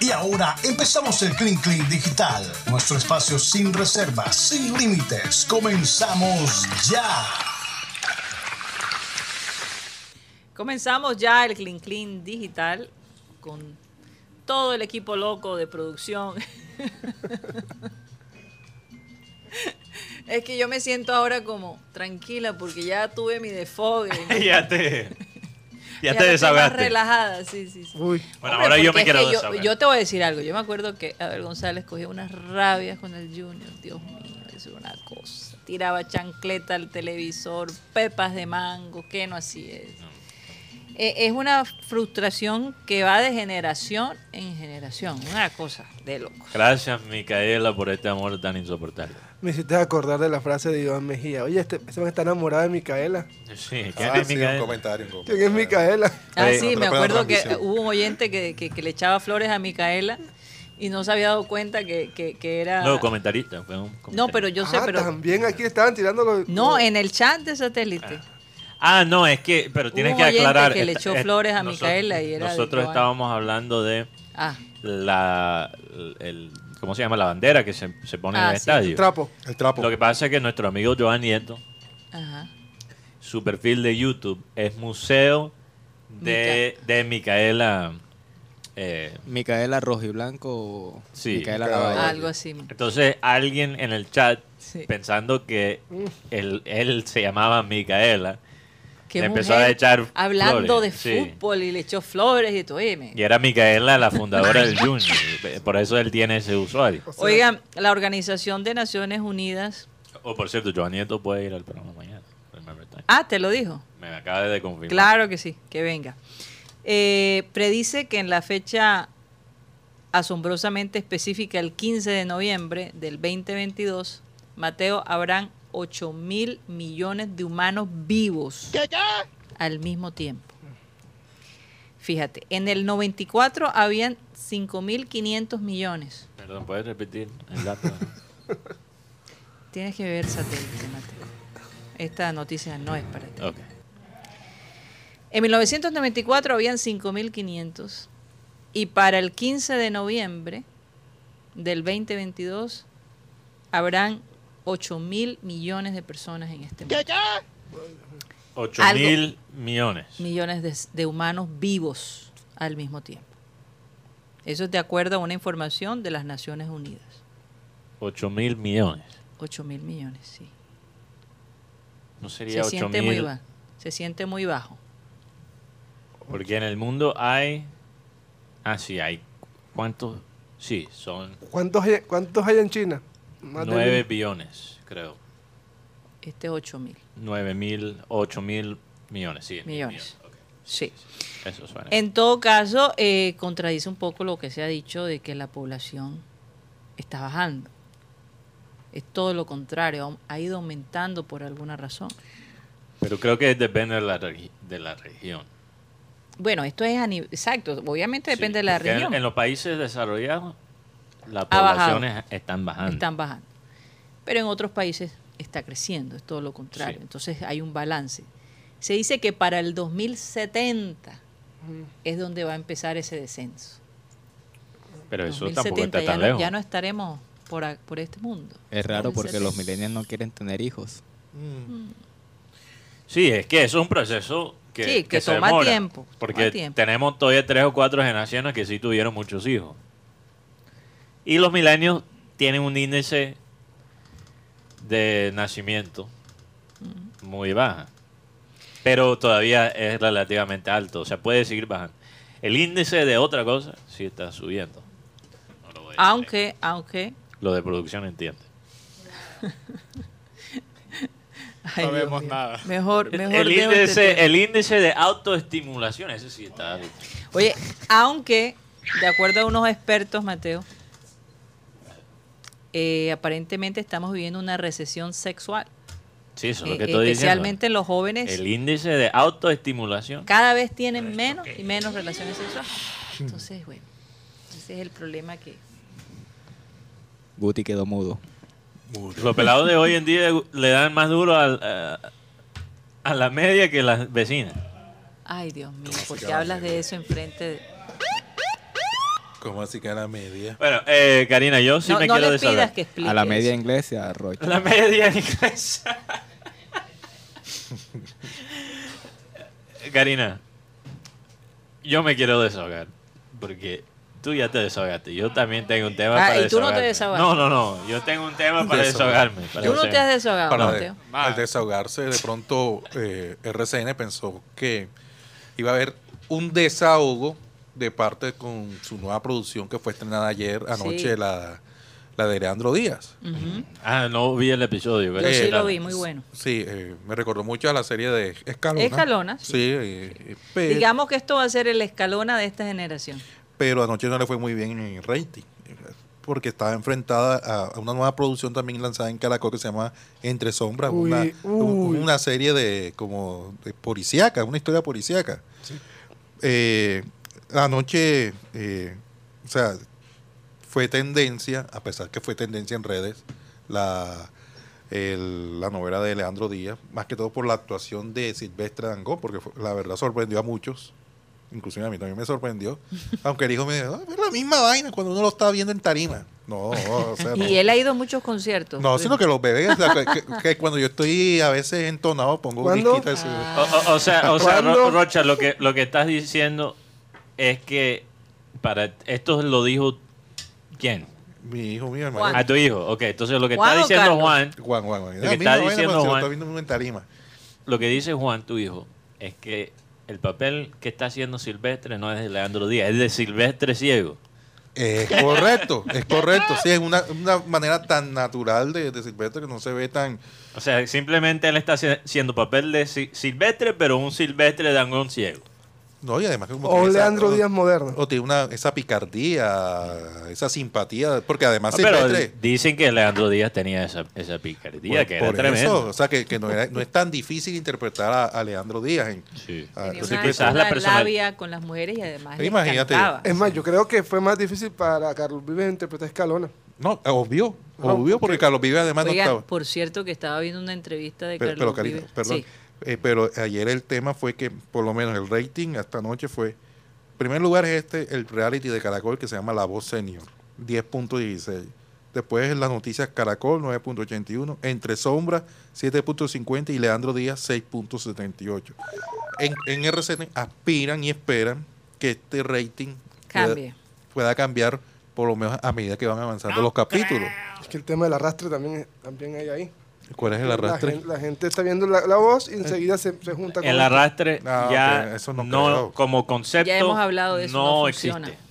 Y ahora empezamos el Clean Clean Digital, nuestro espacio sin reservas, sin límites. Comenzamos ya. Comenzamos ya el Clean Clean Digital con todo el equipo loco de producción. es que yo me siento ahora como tranquila porque ya tuve mi desfogue. ¿no? ya te. Ya, Y te ahora estoy más desahogaste. relajada, sí, sí, sí. Uy, Bueno, Hombre, ahora porque yo me es quiero que yo, desahogar. yo te voy a decir algo. Yo me acuerdo que Abel González cogía unas rabias con el Junior. Dios mío, eso era una cosa. Tiraba chancleta al televisor, pepas de mango, que no así es. Eh, es una frustración que va de generación en generación. Una cosa de loco. Gracias, Micaela, por este amor tan insoportable. me hiciste acordar de la frase de Iván Mejía. Oye, este, este man está enamorado de Micaela. Sí, ¿quién Ah, es sí, Micaela? un comentario. un ¿Quién es Micaela? Ah, Eh, sí, no me te lo acuerdo puedo que transmitir. hubo un oyente que, que- que le echaba flores a Micaela y no se había dado cuenta que, que- que era... No, comentarista. fue un no, comentarista. pero yo sé, ah, pero... también aquí estaban tirando los... No, en el chat de satélite. Ah, no, es que, pero tienes Hubo que un oyente aclarar. que le esta- echó esta- flores a nosotros- Micaela y era de Nosotros Joan. estábamos hablando de Ah, la, el, ¿cómo se llama? La bandera que se, se pone en Ah, el sí. estadio. el trapo. comentario. El trapo. Lo que pasa es que nuestro amigo Joan Nieto, Ah, ajá. su perfil de YouTube es Museo de, de Micaela. eh, Micaela Rojiblanco o Sí. Micaela Micaela Lavalle. Algo así. entonces alguien en el chat, Sí. pensando que él, él se llamaba Micaela, Qué le empezó mujer a echar Hablando flores, de sí. fútbol y le echó flores y todo. Oye, me- y era Micaela la fundadora del Junior. Por eso él tiene ese usuario. Oigan, la Organización de Naciones Unidas. O por cierto, Joan Nieto puede ir al programa mañana. Remember Time. Ah, te lo dijo. Me acaba de confirmar. Claro que sí, que venga. Eh, predice que en la fecha asombrosamente específica, el 15 de noviembre del 2022, Mateo, habrán 8 mil millones de humanos vivos al mismo tiempo. Fíjate, en el 94 habían 5.500 millones. Perdón, ¿puedes repetir el dato? Tienes que ver satélite, Mateo. Esta noticia no es para ti. ok. En 1994 habían 5.500 y para el 15 de noviembre del 2022 habrán 8.000 millones de personas en este mundo. 8 Algo. mil millones. Millones de, de humanos vivos al mismo tiempo. Eso es de acuerdo a una información de las Naciones Unidas. 8 mil millones. 8.000 millones, sí. No sería Se 8 siente, muy mil. ba- se siente muy bajo. Porque en el mundo hay. Ah, sí, hay. ¿Cuántos? Sí, son ¿Cuántos hay, cuántos hay en China? Más de 9 mil. billones, creo. Este 8.000 9 mil, 8 mil millones. Sí, millones. ok. Sí. Eso suena. En todo caso, eh, contradice un poco lo que se ha dicho de que la población está bajando. Es todo lo contrario, ha ha ido aumentando por alguna razón. Pero creo que depende de la, regi- de la región. Bueno, esto es a nivel... Exacto, obviamente depende Sí, de la porque en- región. En, los países desarrollados, las Ha bajado. poblaciones están bajando. Están bajando. Pero en otros países está creciendo, es todo lo contrario. Sí. Entonces hay un balance. Se dice que para el 2070 es donde va a empezar ese descenso. Pero eso tampoco 2070 está ya tan no, lejos. ya no estaremos por, a- por este mundo. Es raro porque 2070. los millennials no quieren tener hijos. Sí, es que eso es un proceso que, Sí, que se toma demora, tiempo, toma Porque tiempo. tenemos todavía tres o cuatro generaciones que sí tuvieron muchos hijos. Y los milenios tienen un índice de nacimiento muy baja. Pero todavía es relativamente alto. O sea, puede seguir bajando. El índice de otra cosa sí está subiendo. No lo voy a decir. Aunque, aunque. Lo de producción entiende. ay, Dios vemos mío. nada. Mejor, mejor dejo El este Eh, tema. índice, el índice de autoestimulación, ese sí está alto. Oye, aunque, de acuerdo a unos expertos, Mateo, eh, aparentemente estamos viviendo una recesión sexual. Sí, eso es lo Eh, que estoy especialmente diciendo. los jóvenes El índice de autoestimulación. cada vez tienen menos y menos relaciones sexuales. Entonces, bueno, ese es el problema que. Guti quedó mudo. Los pelados de hoy en día le dan más duro al, a, a la media que las vecinas. Ay, Dios mío, ¿por qué hablas de eso enfrente de.? ¿Cómo así que a la media? Bueno, eh, Karina, yo sí no me no quiero le pidas desahogar. que explique. A la media eso. inglesa, Rocha. La media inglesa. Karina, yo me quiero desahogar. Porque tú ya te desahogaste. Yo también tengo un tema Ah, para y tú no te desahogarme. desahogaste. No, no, no. Yo tengo un tema para Desahogar. desahogarme. para Tú Ah, no te has desahogarme. desahogado, Para de- Mateo. al desahogarse, de pronto eh, RCN pensó que iba a haber un desahogo de parte con su nueva producción que fue estrenada ayer, anoche, Sí. la, la de Leandro Díaz. Ujú. Ah, no vi el episodio. Yo Eh, sí claro. lo vi, muy bueno. Sí, eh, me recordó mucho a la serie de Escalona. Escalona, sí. Sí, eh, eh, pe- Digamos que esto va a ser el escalona de esta generación. pero anoche no le fue muy bien en rating. eh, Porque estaba enfrentada a- a una nueva producción también lanzada en Caracol que se llama Entre Sombras, Uy, una, un- uy. una serie de como de policíaca, una historia policíaca. Eh, anoche, eh, o sea, fue tendencia, a pesar que fue tendencia en redes, la, el- la novela de Leandro Díaz, más que todo por la actuación de Silvestre Dangón, porque fue- la verdad sorprendió a muchos, inclusive a mí también me sorprendió, aunque el hijo me dijo, "Ah, es la misma vaina cuando uno lo está viendo en tarima. No, o sea, no. Y él ha ido a muchos conciertos. No, sino que los bebés, o sea, que, que- que cuando yo estoy a veces entonado pongo un ¿Cuándo? disquito de su- Ah. O, o- o sea, o sea, Ro- ¿Cuándo? Rocha, lo que, lo que estás diciendo es que para esto lo dijo quién? mi hijo, mi Juan. hermano. A tu hijo. Ok, entonces lo que ¿Juan está o diciendo Carlos? Juan Juan, Juan, Juan. Ah, Lo La que misma está vaina diciendo cuando se lo Juan- está viendo uno en tarima. lo que dice Juan, tu hijo, es que el papel que está haciendo Silvestre no es de Leandro Díaz, es de Silvestre Ciego. Es correcto, es correcto. Sí, es una, una manera tan natural de, de Silvestre que no se ve tan. O sea, simplemente él está haci- haciendo papel de Si- Silvestre, pero un Silvestre de Angón Ciego. No, y además que como O tiene esa- Leandro o- Díaz moderno. O tiene una, esa picardía, esa simpatía, porque además Ah, pero Silvestre. dicen que Leandro Díaz tenía esa, esa picardía, por- que era por tremendo. o sea, que, que no, era- no es tan difícil interpretar a, a Leandro Díaz. En, Sí. a- Tenía entonces una, quizás la una persona- labia con las mujeres y además le Imagínate. encantaba. Es más, yo creo que fue más difícil para Carlos Vives interpretar Escalona. No, obvio, No, obvio, porque Carlos Vives además Oigan, no estaba. por cierto que estaba viendo una entrevista de Pero, Carlos pero, Carita, Vives. perdón. Sí. Eh, pero ayer el tema fue que, por lo menos, el rating hasta anoche fue. En primer lugar es este, el reality de Caracol que se llama La Voz Senior, 10.16. Después las noticias Caracol, 9.81. Entre Sombras, 7.50. Y Leandro Díaz, 6.78. En, en RCN aspiran y esperan que este rating pueda- Cambie. pueda cambiar, por lo menos a medida que van avanzando los capítulos. Es que el tema del arrastre también, es- también hay ahí. ¿Cuál es el La arrastre? gen- La, gente está viendo la, la voz y enseguida se, se junta con El arrastre No, ya pero Ah, eso no no, creo. como concepto Ya hemos hablado de eso, no, no funciona. existe.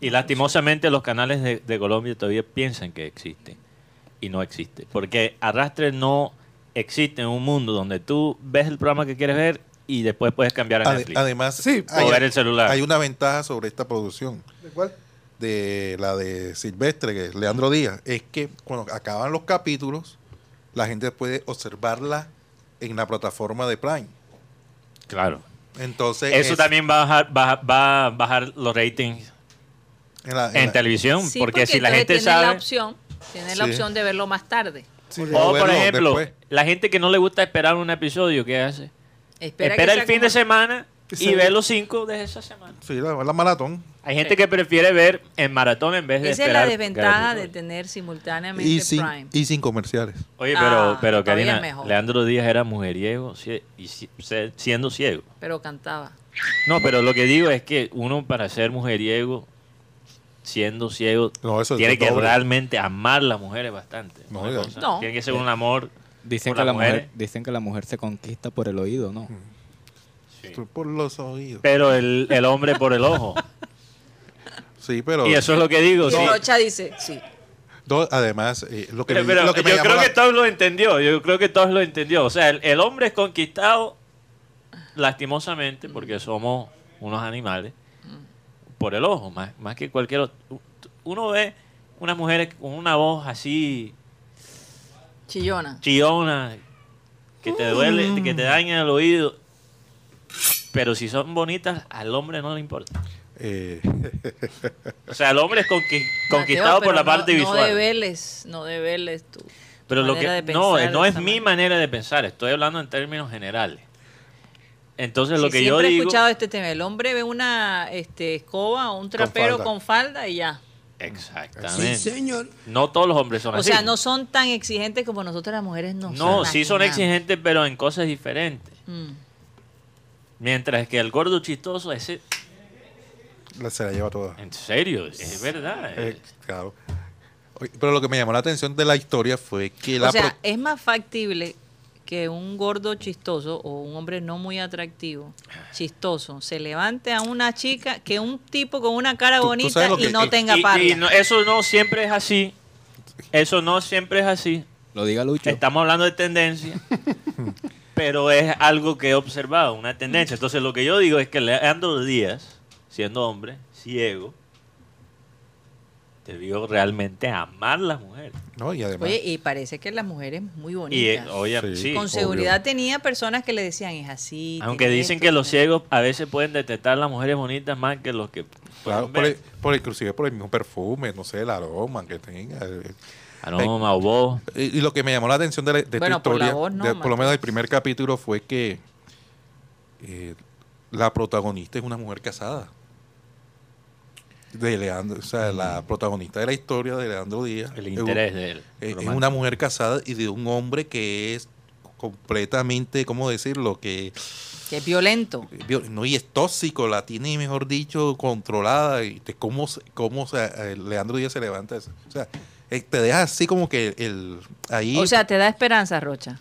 Y lastimosamente los canales de, de Colombia todavía piensan que existe y no existe. Porque arrastre no existe en un mundo donde tú ves el programa que quieres ver y después puedes cambiar a Ade- Netflix. además, Sí, o ver el celular. hay una ventaja sobre esta producción, ¿De cuál? de la de Silvestre, que es Leandro Díaz, es que cuando acaban los capítulos, la gente puede observarla en la plataforma de Prime. claro. Entonces, Eso es- también va a, bajar, va, a- va a bajar los ratings en la- en en la- televisión. Sí, porque, si la entonces gente tiene la sabe... opción, tiene la Sí. opción de verlo más tarde. Sí, O, por verlo ejemplo, después. la gente que no le gusta esperar un episodio, ¿qué hace? Espera, Espera, que sea el fin como- de semana Que y sea- ve los cinco de esa semana. sí, la, la maratón. Hay gente que prefiere ver en maratón en vez de Esa es la esperar. desventaja cada de episodio. tener simultáneamente Y sin, Prime. y sin comerciales. Oye, pero, Ah, pero todavía Karina, mejor. Leandro Díaz era mujeriego cie- y ci- se- siendo ciego. Pero cantaba. No, pero lo que digo es que uno para ser mujeriego, siendo ciego, No, eso es tiene que doble. realmente amar las mujeres bastante. No, Una ya. cosa. No. Tiene que ser un amor. Dicen por que, las la mujer, mujeres. dicen que la mujer se conquista por el oído, ¿no? Sí. Por los oídos. Pero el, el hombre por el ojo. Sí, pero Y eso es lo que digo. y sí. Rocha dice, sí. no, además, eh, lo que, Pero, me- pero lo que me yo llamó creo la- que todos lo entendió, yo creo que todos lo entendió. O sea, el, el hombre es conquistado lastimosamente Mm. porque somos unos animales por el ojo, más, más que cualquier otro. Uno ve unas mujeres con una voz así Chillona. chillona, que te Mm. duele, que te daña el oído. Pero si son bonitas, al hombre no le importa. eh, O sea, el hombre es conqui- conquistado Mateo, por la pero no- parte No visual. debeles, no debeles tu Pero lo manera que de no, pensar no de es esa mi manera. manera de pensar, estoy hablando en términos generales. Entonces lo Sí, que yo siempre he digo... escuchado este tema. El hombre ve una este, escoba o un trapero falda. con falda, y ya. Exactamente. señor. No todos los hombres son O así. sea, no son tan exigentes como nosotras las mujeres no No, sí son imaginamos. exigentes, pero en cosas diferentes. Mm. Mientras que el gordo chistoso, ese, La- se la lleva toda. en serio, es verdad. Eh, claro. Oye, Pero lo que me llamó la atención de la historia fue que la O sea, pro- es más factible que un gordo chistoso o un hombre no muy atractivo, chistoso, se levante a una chica que un tipo con una cara Tú- tú bonita sabes lo y que- no y- tenga Y- parla. y no- eso no siempre es así. Eso no siempre es así. Lo diga Lucho. Estamos hablando de tendencia, pero es algo que he observado, una tendencia. Entonces, lo que yo digo es que Leandro Díaz, siendo hombre, ciego, debió realmente amar las mujeres. No, y además. Oye, y parece que las mujeres muy Y, eh, bonitas. oye, Sí, sí. con obvio. seguridad tenía personas que le decían, es así. Aunque tiene dicen esto, que los tiene-". ciegos a veces pueden detectar las mujeres bonitas más que los que. Claro, pueden por el- ver. por el- inclusive por el mismo perfume, no sé, el aroma que tenga. eh, Aroma o voz. Y, y lo que me llamó la atención de, la- de Bueno, esta por la historia, voz no, de- por lo Marcos. menos del primer capítulo, fue que eh, la protagonista es una mujer casada. De Leandro, o sea, la protagonista de la historia de Leandro Díaz Mm. El es un- interés de él. eh, es romántico. una mujer casada y de un hombre que es completamente, ¿cómo decirlo? Que Que es violento. viol- no, y es tóxico, la tiene, mejor dicho, controlada. Y te, ¿Cómo, se- cómo se- eh, Leandro Díaz se levanta? eso? O sea, eh, te deja así como que el, ahí. O sea, te da esperanza, Rocha.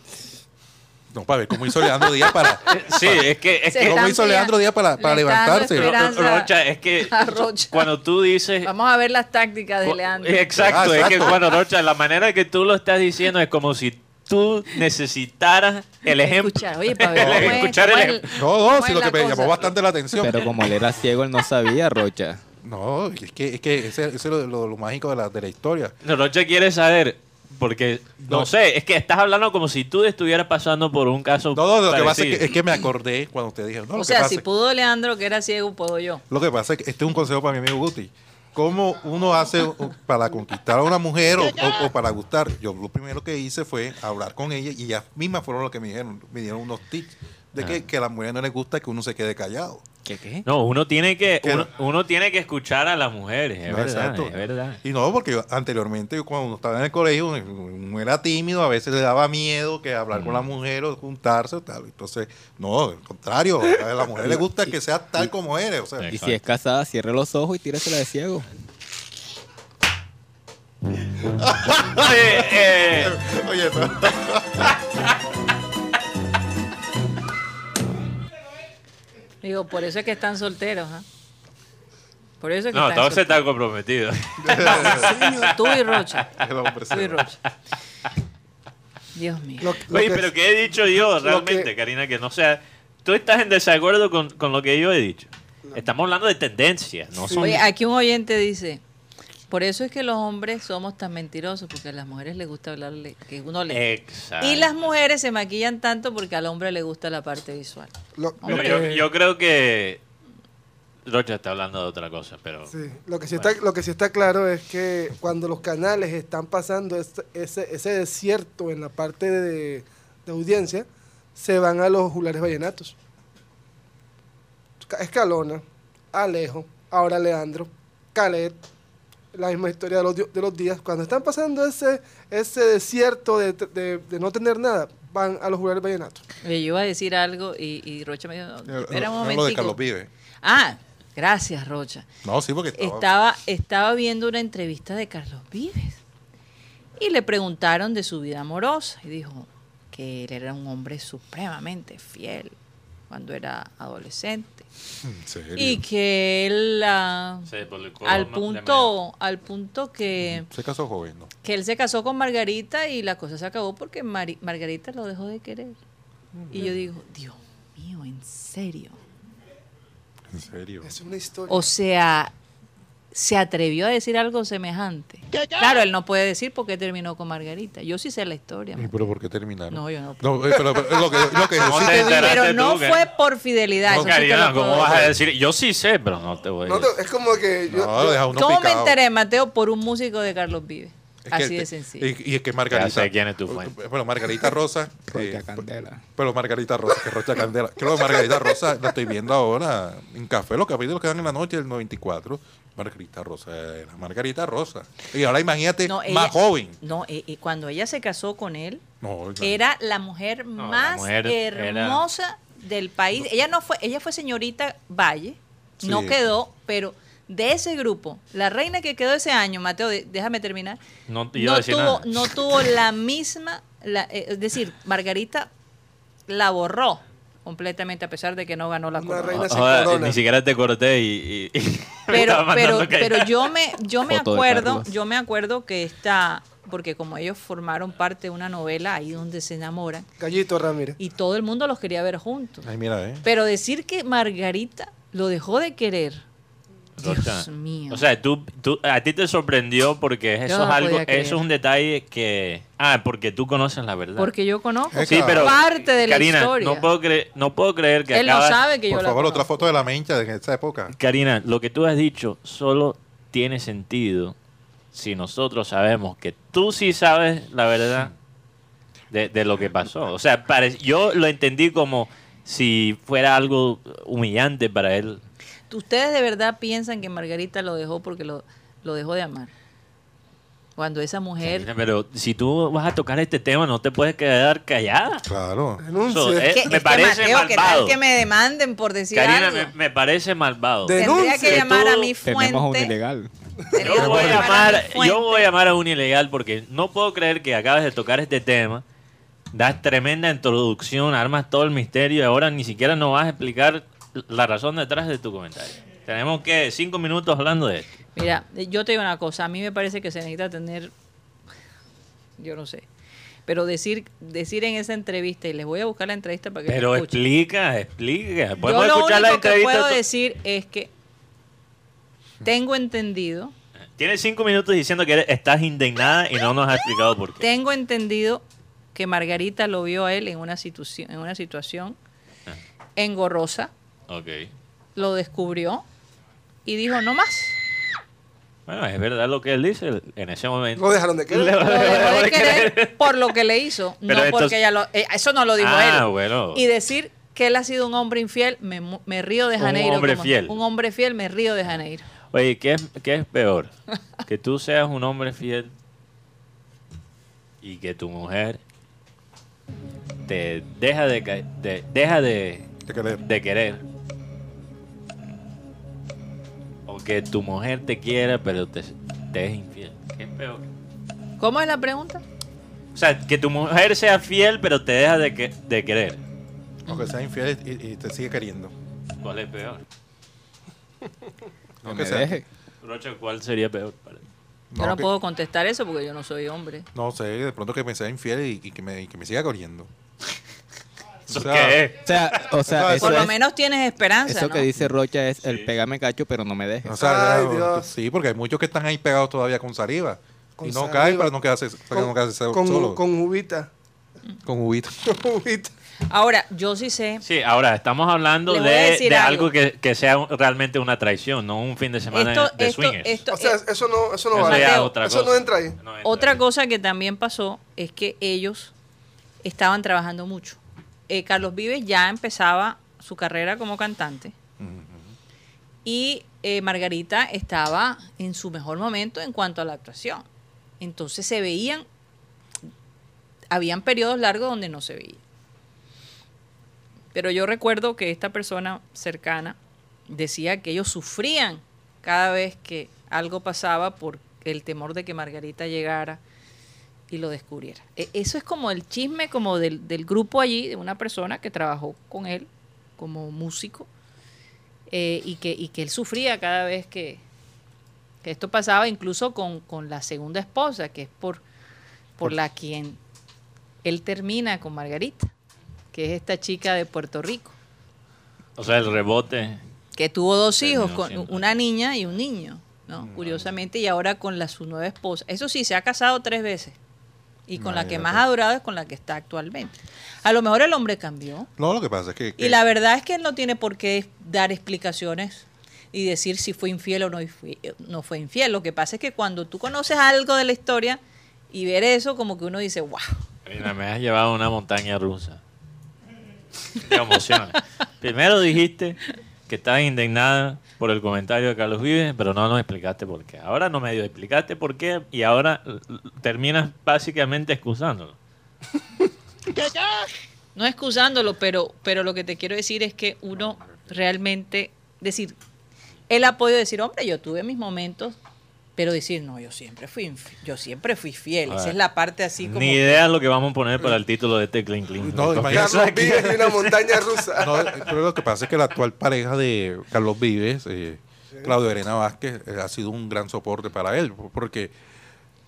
no, para ver cómo hizo Leandro Díaz para. Sí, es que. Es Se que ¿Cómo están hizo pega- Leandro Díaz para- le para está dando levantarse? Ro- Ro- esperanza. Rocha, es que. a Rocha. Cuando tú dices. Vamos a ver las tácticas de Cu- Leandro. Exacto, Ah, es que exacto. bueno, Rocha, la manera que tú lo estás diciendo es como si tú necesitaras el ejemplo. Escuchar, oye, para ver cómo es, Escuchar cómo el es- No, no, cómo si es lo la que me cosa. llamó bastante la atención. Pero como él era ciego, él no sabía, Rocha. No, es que, es que ese, ese es lo, lo- lo mágico de la, de la historia. No, Rocha quiere saber, porque no, No. sé, es que estás hablando como si tú estuvieras pasando por un caso. No, no, lo que pasa es que, parecido. es que me acordé cuando usted dijo. No, lo o que sea, pasa si es- pudo Leandro, que era ciego, puedo yo. Lo que pasa es que este es un consejo para mi amigo Guti. ¿Cómo uno hace o- para conquistar a una mujer o, o- o para gustar? Yo lo primero que hice fue hablar con ella y ellas mismas fueron lo que me dijeron. Me dieron unos tips de que, Ah. que a las mujeres no les gusta que uno se quede callado. ¿Qué qué? No, uno tiene que, Que- uno, uno tiene que escuchar a las mujeres, es No, verdad, exacto. es verdad. Y no, porque yo, anteriormente yo cuando estaba en el colegio uno era tímido, a veces le daba miedo que hablar con la mujer o juntarse o tal. Entonces, no, al contrario, a la mujer le gusta que sea tal como eres. O sea, Y si es casada, cierre los ojos y tíresela de ciego. Oye, eh, oye, no. Digo, por eso es que están solteros, ¿ah? Por eso es que no, están todos están comprometidos. solteros. Tú y Rocha. El hombre Tú y se va. Rocha. Dios mío. Lo- lo Oye, que- pero ¿qué he dicho yo realmente, que- Karina? Que no sea. Tú estás en desacuerdo con, con lo que yo he dicho. Estamos hablando de tendencias, no son. Oye, aquí un oyente dice, por eso es que los hombres somos tan mentirosos, porque a las mujeres les gusta hablarle, que uno le... Exacto. Y las mujeres se maquillan tanto porque al hombre le gusta la parte visual. lo- lo Pero que- yo, yo creo que. Rocha está hablando de otra cosa, pero. Sí, lo que sí está, lo que sí está claro es que cuando los canales están pasando es- ese, ese desierto en la parte de, de audiencia, se van a los julares vallenatos. Ca- Escalona, Alejo, ahora Leandro, Calet, la misma historia de los, di- de los días. Cuando están pasando ese, ese desierto de, de- de no tener nada, van a los julares vallenatos. Oye, yo iba a decir algo y, y Rocha me dijo, "No, espera un No, lo de Carlos momentico. Vive. Ah, gracias Rocha. No, sí, porque estaba- Estaba, estaba viendo una entrevista de Carlos Vives y le preguntaron de su vida amorosa y dijo que él era un hombre supremamente fiel cuando era adolescente ¿En serio? y que él ah, Se publicó al ma- punto al punto que, Se casó joven, ¿no? que él se casó con Margarita y la cosa se acabó porque Mari- Margarita lo dejó de querer y yo digo Dios mío en serio En serio. Es una historia. O sea, se atrevió a decir algo semejante. Claro, él no puede decir por qué terminó con Margarita. Yo sí sé la historia. ¿Y pero por qué terminaron? No, yo no. eh, pero, pero lo que, lo que ¿Cómo sí te te digo- enteras? Pero Espérate no tú, que- fue por fidelidad. No, eso sí te lo Karina, puedo ¿cómo vas a decir. decir? Yo sí sé, pero no te voy a No decir. te- es como que yo- No, lo yo- deja uno ¿Cómo me picado. enteré, Mateo, por un músico de Carlos Vives? Es Así que- de sencillo. Y, y es que Margarita. Ya sé quién es tu fuente. Bueno, Margarita Rosa. Rocha eh, Candela. Pero Margarita Rosa, que Rocha Candela. Creo que Margarita Rosa la estoy viendo ahora en café, los capítulos que dan en la noche del 94. Margarita Rosa, era Margarita Rosa. Y ahora imagínate, No, ella- más joven. No, eh, eh, cuando ella se casó con él, No, no. era la mujer No, la más mujer era- hermosa del país. Ella no fue, ella fue señorita Valle, no Sí. quedó, pero de ese grupo, la reina que quedó ese año, Mateo, de- déjame terminar, No te iba a no decir tuvo, nada. no tuvo la misma, la- eh, es decir, Margarita la borró completamente a pesar de que no ganó la Una corona. reina sin Joder, corona. ni siquiera te corté y. y- y me pero estaba mandando pero callar. pero yo me yo me Foto de acuerdo Carlos. yo me acuerdo que esta porque como ellos formaron parte de una novela ahí donde se enamoran Gallito Ramírez. y todo el mundo los quería ver juntos Ay, mira, eh. pero decir que Margarita lo dejó de querer Rocha, Dios mío O sea, tú, tú- a ti te sorprendió porque eso no es lo algo, podía eso creer. es un detalle que, ah, porque tú conoces la verdad. porque yo conozco Es sí, pero parte de la Karina, historia. no puedo creer, no puedo creer que él no acabas- sabe que yo Por la favor, otra conozco. foto de la mencha de esa época. Karina, lo que tú has dicho solo tiene sentido si nosotros sabemos que tú sí sabes la verdad de, de lo que pasó. O sea, pare- yo lo entendí como si fuera algo humillante para él. ustedes de verdad piensan que Margarita lo dejó porque lo, lo dejó de amar cuando esa mujer Karina, Pero si tú vas a tocar este tema, no te puedes quedar callada. Claro. So, Denuncia. eh, ¿Qué- me es que, parece Mateo, ¿qué malvado. tal que me demanden por decir Karina, algo? me, me parece malvado. De- Tendría que Denuncie. llamar a mi Tenemos a un fuente. ilegal. Tendría Yo que voy, a llamar llamar, mi yo fuente. voy a llamar a un ilegal porque no puedo creer que acabas de tocar este tema. Das tremenda introducción, armas todo el misterio y ahora ni siquiera nos vas a explicar la razón detrás de tu comentario. Tenemos que cinco minutos hablando de esto. Mira, eh, yo te digo una cosa. A mí me parece que se necesita tener. Yo no sé. Pero decir, decir en esa entrevista, y les voy a buscar la entrevista para que la Pero escuchen. explica, explica. Yo Podemos lo escuchar la único que entrevista. puedo to- decir es que tengo entendido, Tienes cinco minutos diciendo que eres- estás indignada y no nos has explicado por qué. tengo entendido que Margarita lo vio a él en una situación, en una situación Ah. engorrosa, Ok. lo descubrió y dijo no más. Bueno, es verdad lo que él dice en ese momento. Lo dejaron de querer. lo dejó de querer por lo que le hizo, Pero no entonces- porque ella lo... eh, eso no lo dijo Ah, él. bueno. Y decir que él ha sido un hombre infiel, me, mu- me río de Un Janeiro. hombre como- fiel. Un hombre fiel, me río de Janeiro. Oye, ¿qué es, qué es peor? Que tú seas un hombre fiel y que tu mujer te deja de, ca- de- deja de, Hay que leer. de querer. O que tu mujer te quiera pero te, te es infiel. ¿Qué es peor? ¿Cómo es la pregunta? O sea, que tu mujer sea fiel pero te deja de, que- de querer. Aunque sea infiel y, y te sigue queriendo. ¿Cuál es peor? No Aunque me sea- deje. Rocha, ¿cuál sería peor para ti? yo no que- puedo contestar eso porque yo no soy hombre. no sé, de pronto que me sea infiel y, y que, me, y que me siga queriendo. ¿Eso O sea, qué es? O sea, o sea, Eso por eso, lo es- menos tienes esperanza. eso que ¿no? dice Rocha es el pégame cacho, pero no me dejes. O sea, Ay, ya, Dios. sí, porque hay muchos que están ahí pegados todavía con saliva. Con y no saliva. caen para no quedarse, para no quedarse Con, solo. con, con Ubita. con juguito. Con Ubita. Ahora, yo sí sé. Sí, ahora estamos hablando Les voy a de, decir de algo. algo que, que sea un- realmente una traición, no un fin de semana Esto, de esto, swingers. esto, O sea, eh, eso no, eso no Eso vale. ya es Mateo, otra eso no cosa. entra ahí. No entra Otra ahí. cosa que también pasó es que ellos estaban trabajando mucho. Eh, Carlos Vives ya empezaba su carrera como cantante y eh, Margarita estaba en su mejor momento en cuanto a la actuación. Entonces se veían, habían periodos largos donde no se veía. Pero yo recuerdo que esta persona cercana decía que ellos sufrían cada vez que algo pasaba por el temor de que Margarita llegara y lo descubriera. E- Eso es como el chisme como del, del grupo allí, de una persona que trabajó con él como músico eh, y, que, y que él sufría cada vez que, que esto pasaba, incluso con, con la segunda esposa, que es por, por la quien él termina con Margarita, que es esta chica de Puerto Rico O sea, el rebote. que tuvo dos Terminó hijos, con siendo. una niña y un niño, ¿no? Curiosamente, y ahora con la, su nueva esposa. Eso sí, se ha casado tres veces. Y con la que más ha durado es con la que está actualmente. A lo mejor el hombre cambió. No, lo que pasa es que. Y la verdad es que él no tiene por qué dar explicaciones y decir si fue infiel o no, fui- no fue infiel. Lo que pasa es que cuando tú conoces algo de la historia, Y ver eso como que uno dice, wow. Mira, me has llevado a una montaña rusa. Te emociona. Primero dijiste que estabas indignada por el comentario de Carlos Vives, pero no nos explicaste por qué. Ahora no medio explicaste por qué y ahora l- l- terminas básicamente excusándolo. No excusándolo, pero, pero lo que te quiero decir es que uno realmente, decir, él ha podido decir, hombre, yo tuve mis momentos, pero decir, no, yo siempre fui, inf- yo siempre fui fiel. A Esa ver. es la parte así como... Ni idea lo que vamos a poner para el título de este Clean Clean. No, imagínate. Carlos Vives y una montaña rusa. No, eh, pero lo que pasa es que la actual pareja de Carlos Vives, eh, Claudio Arena Vázquez, eh, ha sido un gran soporte para él, porque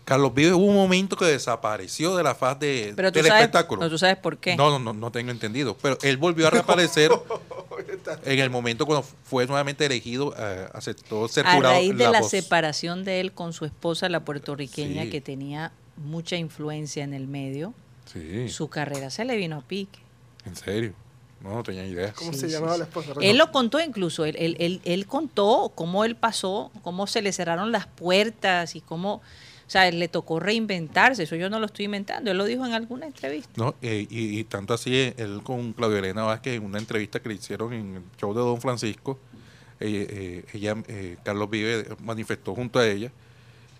Carlos Vives hubo un momento que desapareció de la faz de, Pero tú del sabes, espectáculo. no, tú sabes por qué. No, no, no, no tengo entendido. Pero él volvió a reaparecer en el momento cuando fue nuevamente elegido, eh, aceptó ser a jurado. raíz de la, voz. separación de él con su esposa, la puertorriqueña, Sí. que tenía mucha influencia en el medio, Sí, su carrera se le vino a pique. en serio. No, no tenía idea. ¿Cómo Sí, se sí, llamaba sí. la esposa? Él lo contó incluso, él, él, él- él contó cómo él pasó, cómo se le cerraron las puertas y cómo, o sea, él le tocó reinventarse, eso yo no lo estoy inventando, él lo dijo en alguna entrevista. No, eh, y, y tanto así, eh, él con Claudio Elena Vázquez, en una entrevista que le hicieron en el show de Don Francisco, eh, eh, ella, eh, Carlos Vive manifestó junto a ella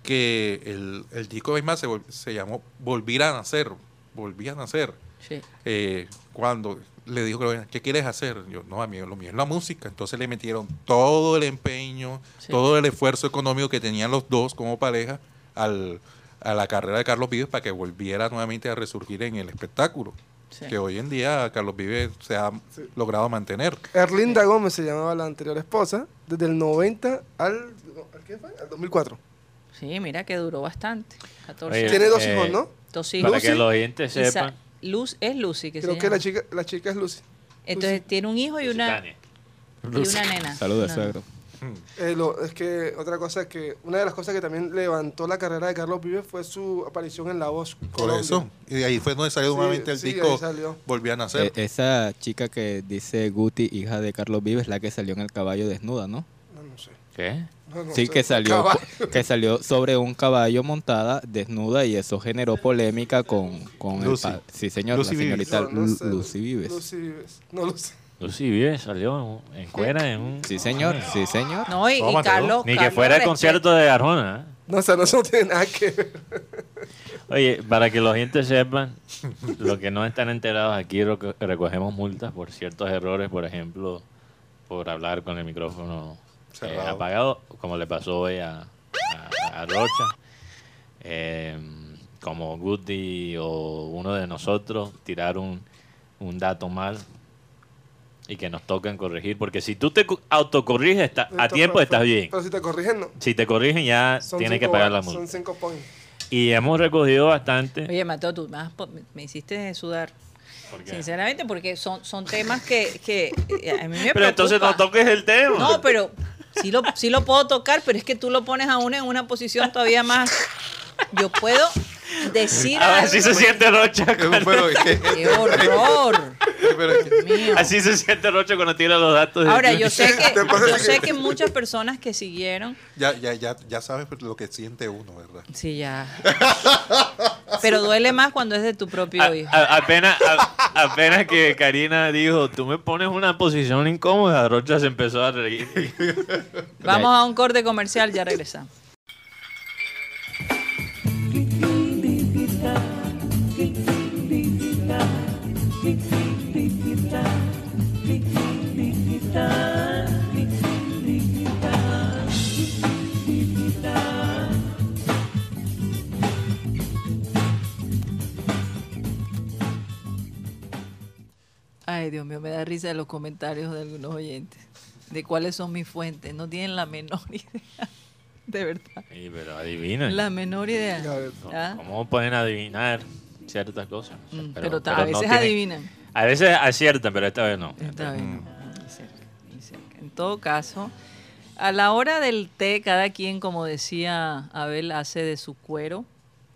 que el, el disco de Bismarck se, vol- se llamó Volvir a Nacer, Volví a Nacer. Sí. Eh, cuando le dijo, Claudio Elena, ¿qué quieres hacer? Yo, no, a mí lo mío es la música. Entonces le metieron todo el empeño, Sí. todo el esfuerzo económico que tenían los dos como pareja al- a la carrera de Carlos Vives para que volviera nuevamente a resurgir en el espectáculo. Sí. Que hoy en día Carlos Vives se ha logrado mantener. Erlinda Gómez se llamaba la anterior esposa, desde el 90 al, ¿al qué fue? Al 2004. Sí, mira que duró bastante, 14 Oye, años. Tiene dos eh, hijos, ¿no? Dos hijos. Para que los oyentes Isa- sepan. Luz, es Lucy que se Creo que llama. la chica, la chica es Lucy. Entonces tiene un hijo y una, Tania. y una nena. Saludos, Ah, No, no. suegro. Eh, lo- es que otra cosa es que una de las cosas que también levantó la carrera de Carlos Vives fue su aparición en La Voz. Por Colombia. eso. Y de ahí fue donde salió Sí, nuevamente el sí, ahí disco salió. Volví a Eh, Nacer. esa chica que dice Guti, hija de Carlos Vives, la que salió en el caballo desnuda, ¿no? No, no sé. ¿Qué? No, no Sí, sé. que salió, Caballo. que salió sobre un caballo montada, desnuda, y eso generó polémica con, con el Lucy. pa- Sí, señor, Lucy la Vives. señorita No, no Lu- sé. Lucy Vives. Lucy Vives. No, Lucy. Lucy Vives salió en, en cuera en un... Sí, señor, Ah. sí, señor. No, y, y Tómatelo. Carlos. Ni que Oh, Carlos fuera el respeta- concierto de Arjona. ¿eh? No, o sea, no, eso no tiene nada que ver. Oye, para que los oyentes sepan, lo que no están enterados aquí reco- recogemos multas por ciertos errores, por ejemplo, por hablar con el micrófono eh, Cerrado. apagado, como le pasó hoy a, a- a Rocha. Eh, como Guti o uno de nosotros tirar un, un dato mal y que nos tocan corregir, porque si tú te cu- autocorriges está- a tiempo estás bien. Pero si te corrigen, no. Si te corrigen ya Son tienes que cinco- pagar la Son multa. cinco points. Y hemos recogido bastante. Oye, Mateo, tú me, has po- me- me hiciste sudar. ¿Por qué? Sinceramente, porque son, son temas que, que eh, a mí me Pero entonces no preocupa. toques el tema. No, pero sí lo, sí lo puedo tocar, pero es que tú lo pones a uno en una posición todavía más. Yo puedo decir. A ver, algo. así se siente Rocha. cuando- Pero es que- ¡Qué horror! pero es que- Mío. así se siente Rocha cuando tira los datos. de Ahora, yo Twitter. sé que, Te pasa yo que- sé que muchas personas que siguieron. ya, ya, ya, ya sabes lo que siente uno, ¿verdad? Sí, ya. Pero duele más cuando es de tu propio hijo. A- a- apenas, a- apenas que Karina dijo, tú me pones una posición incómoda, Rocha se empezó a reír. Vamos a un corte comercial, ya regresamos. Ay, Dios mío, me da risa los comentarios de algunos oyentes. De cuáles son mis fuentes. No tienen la menor idea. De verdad. Sí, pero adivina. La menor idea. ¿Ah? ¿Cómo pueden adivinar ciertas cosas? O sea, Mm, Pero, ta- a no veces tienen- adivinan. A veces aciertan, pero esta vez no. Esta vez no, ni cerca, ni cerca. En todo caso, a la hora del té, cada quien, como decía Abel, hace de su cuero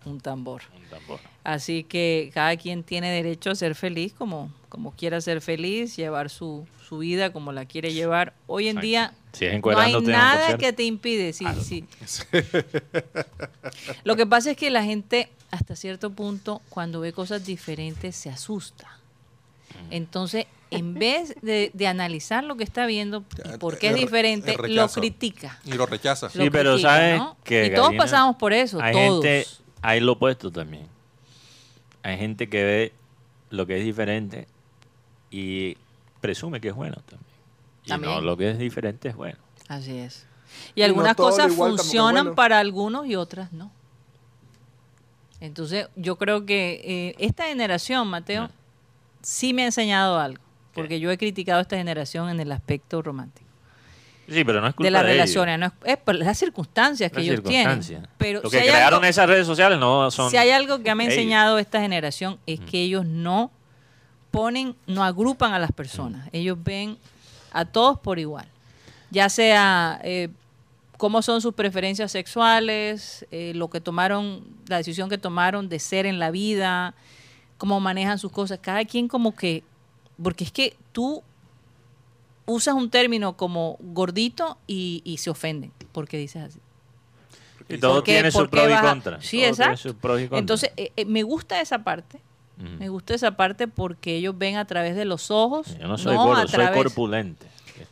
un tambor. Un tambor. Así que cada quien tiene derecho a ser feliz como, como quiera ser feliz, llevar su, su vida como la quiere llevar. Hoy en Exacto. día Si es no hay encuerándote en un nada concierto. que te impide. Sí, sí. Lo que pasa es que la gente hasta cierto punto, cuando ve cosas diferentes, se asusta. Mm. Entonces, en vez de, de analizar lo que está viendo y Ya, por el- qué es el diferente, lo rechazo. critica. Y lo rechaza. Sí, Lo pero critica, ¿sabes ¿no? qué, Y todos Karina? pasamos por eso, Hay todos. gente, hay lo opuesto también. Hay gente que ve lo que es diferente y presume que es bueno también. Y no, También. lo que es diferente es bueno. Así es. Y Y no algunas todo lo cosas igual tampoco es funcionan bueno. para algunos y otras no. Entonces, yo creo que eh, esta generación, Mateo, Ah. sí me ha enseñado algo. ¿Qué? Porque yo he criticado a esta generación en el aspecto romántico. Sí, pero no es culpa de las ellos. relaciones. No es, es por las circunstancias que Las ellos circunstancias. tienen. Pero lo si que hay crearon algo- esas redes sociales no son. si hay algo que me ha ellos. enseñado esta generación es que ellos no ponen, no agrupan a las personas. Ellos ven a todos por igual. Ya sea eh, cómo son sus preferencias sexuales, eh, lo que tomaron, la decisión que tomaron de ser en la vida, cómo manejan sus cosas. Cada quien como que, porque es que tú usas un término como gordito y, y se ofenden porque dices así. Y todo ¿Por qué- tiene por sus qué pros y vas a- contras. Sí, Todo tiene exacto. sus pros y contras. Mm. Entonces, eh, eh, me gusta esa parte. Ujú. Me gusta esa parte porque ellos ven a través de los ojos. Yo no soy a gordo, soy través- corpulente. Es lo que tiene-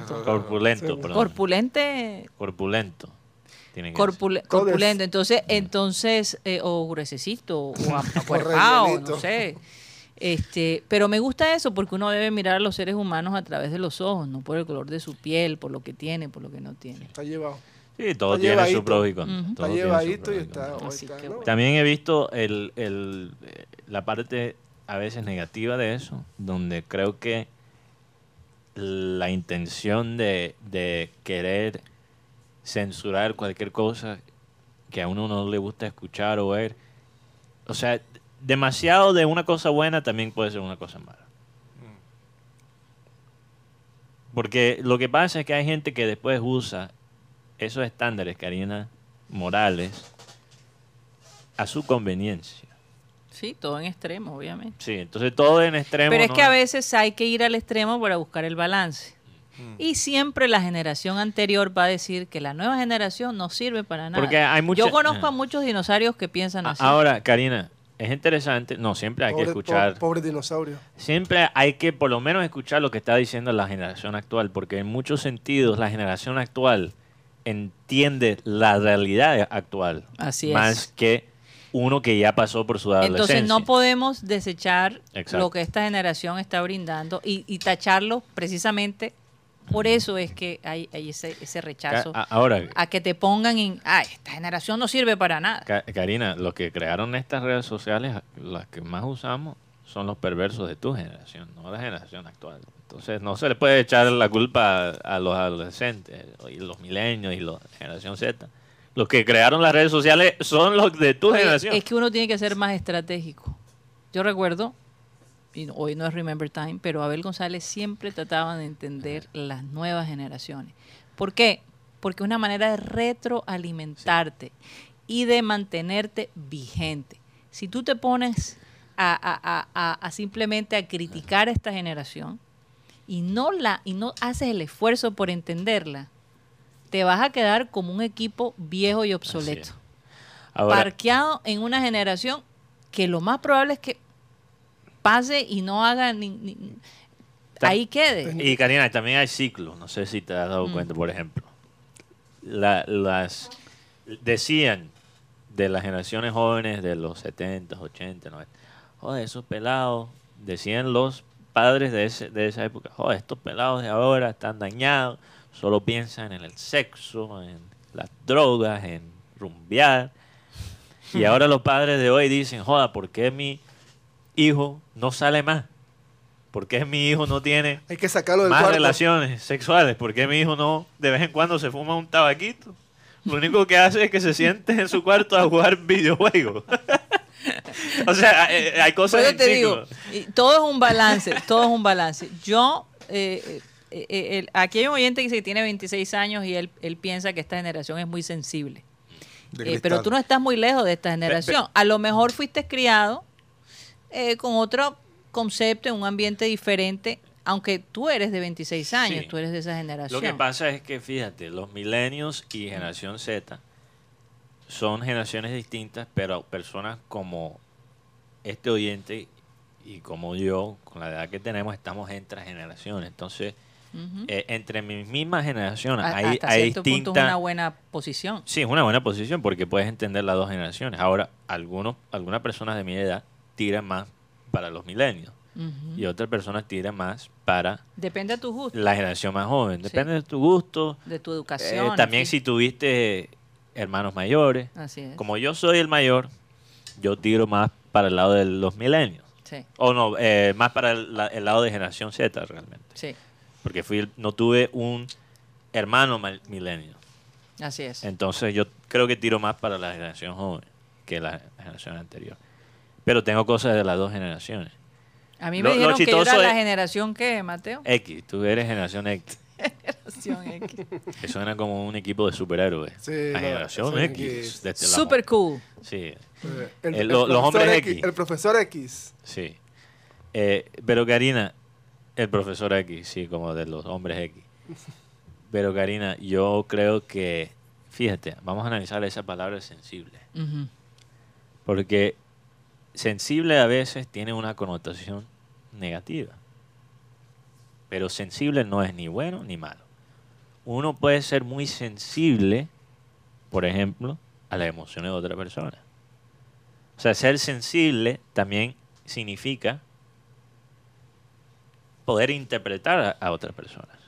Corpulento. Corpulento, Sí. perdón. Corpulente. corpulento. Tiene que corpule- Codes. corpulento. Mm. Entonces, entonces eh, o gruesecito, o ap- acuerpado, rellenito. no sé. Este, pero me gusta eso porque uno debe mirar a los seres humanos a través de los ojos, no por el color de su piel, por lo que tiene, por lo que no tiene. Está llevado. decir. Sí, todo Está tiene llevadito. su pros y contras. Ujú. todo Está tiene su llevadito pros y y contras. está. hoy Así está, que ¿no? bueno. También he visto el, el- eh, la parte a veces negativa de eso, donde creo que la intención de, de querer censurar cualquier cosa que a uno no le gusta escuchar o ver, o sea, demasiado de una cosa buena también puede ser una cosa mala. Porque lo que pasa es que hay gente que después usa esos estándares, Karina, morales, a su conveniencia. Sí, todo en extremo, obviamente. Sí, entonces todo en extremo. Pero es ¿no? que a veces hay que ir al extremo para buscar el balance. Mm. Y siempre la generación anterior va a decir que la nueva generación no sirve para nada. Porque hay mucha- Yo conozco a Ajá. muchos dinosaurios que piensan A- así. Ah, Ahora, Karina, es interesante. No, siempre hay que Pobre- escuchar. po- Pobre dinosaurio. Siempre hay que por lo menos escuchar lo que está diciendo la generación actual, porque en muchos sentidos la generación actual entiende la realidad actual. Así es. Más que uno que ya pasó por su adolescencia. Entonces no podemos desechar Exacto. lo que esta generación está brindando y, y tacharlo precisamente por eso es que hay, hay ese, ese Ca- ah. rechazo a- Ahora, a que te pongan en, ah, esta generación no sirve para nada. Ca- Karina, los que crearon estas redes sociales, las que más usamos, son los perversos de tu generación, no la generación actual. Entonces, no se le puede echar la culpa a, a los adolescentes, y los milenios y la generación Z. Los que crearon las redes sociales son los de tu Oye, generación. Es que uno tiene que ser más estratégico. Yo recuerdo, y no- hoy no es Remember Time, pero Abel González siempre trataba de entender las nuevas generaciones. ¿Por qué? Porque es una manera de retroalimentarte y de mantenerte vigente. Si tú te pones a, a- a- a- a simplemente a criticar a esta generación y no la y no haces el esfuerzo por entenderla, te vas a quedar como un equipo viejo y Así es. obsoleto Ahora, parqueado en una generación que lo más probable es que pase y no haga ni, ni- Ta- ahí Pues, quede. y Karina, también hay ciclos, no sé si te has dado cuenta, por ejemplo. La- las decían de las generaciones jóvenes de los 70, 80, 90, joder, esos pelados, decían los padres de, ese- de esa época, joder, estos pelados de ahora están dañados, solo piensan en el sexo, en las drogas, en rumbear. Y ahora los padres de hoy dicen, joda, ¿por qué mi hijo no sale más? ¿Por qué mi hijo no tiene Hay que sacarlo del más cuarto. relaciones sexuales. Porque mi hijo no, de vez en cuando se fuma un tabaquito. Lo único que hace es que se siente en su cuarto a jugar videojuegos. o sea, eh, hay, cosas Por eso en te digo, ciclo. y todo es un balance, todo es un balance. Yo, eh, eh, eh, el- aquí hay un oyente que dice que tiene 26 años y él, él piensa que esta generación es muy sensible. De Eh, pero cristal. tú no estás muy lejos de esta generación. A lo mejor fuiste criado eh, con otro concepto, en un ambiente diferente, aunque tú eres de 26 años, Sí. tú eres de esa generación. Lo que pasa es que, fíjate, los millennials y generación Z son generaciones distintas, pero personas como este oyente y como yo, con la edad que tenemos, estamos entre generaciones. Entonces, Ujú. eh, entre mis mismas generaciones A- hay, hasta hay cierto punto es distintas... una buena posición. Sí, es una buena posición porque puedes entender las dos generaciones. Ahora, algunos, algunas personas de mi edad tiran más para los milenios Ujú. y otras personas tiran más para Depende de tu gusto, la generación más joven. Depende de tu gusto. de tu eh, educación. también en si fin. tuviste hermanos mayores. Así es. Como yo soy el mayor, yo tiro más para el lado de los milenios. Sí, O no, eh, más para el, la- el lado de generación Z realmente. sí, Porque fui, el- no tuve un hermano mal- milenio. así es. Entonces yo creo que tiro más para la generación joven que la generación anterior. Pero tengo cosas de las dos generaciones. A mí me lo- lo dijeron que yo era chistoso la es- generación que, Mateo. X, tú eres generación X. Generación X. Que suena como un equipo de superhéroes. Sí, la la- generación sí, X. X. desde la Super mo- cool. Sí, Eh, Eh, lo- los hombres profesor X. El profesor X. sí. Eh, pero Karina, el profesor X, sí, como de los hombres X. Pero Karina, yo creo que, fíjate, vamos a analizar esa palabra sensible. Ujú. Porque sensible a veces tiene una connotación negativa. Pero sensible no es ni bueno ni malo. Uno puede ser muy sensible, por ejemplo, a las emociones de otra persona. O sea, ser sensible también significa poder interpretar a, a otras personas.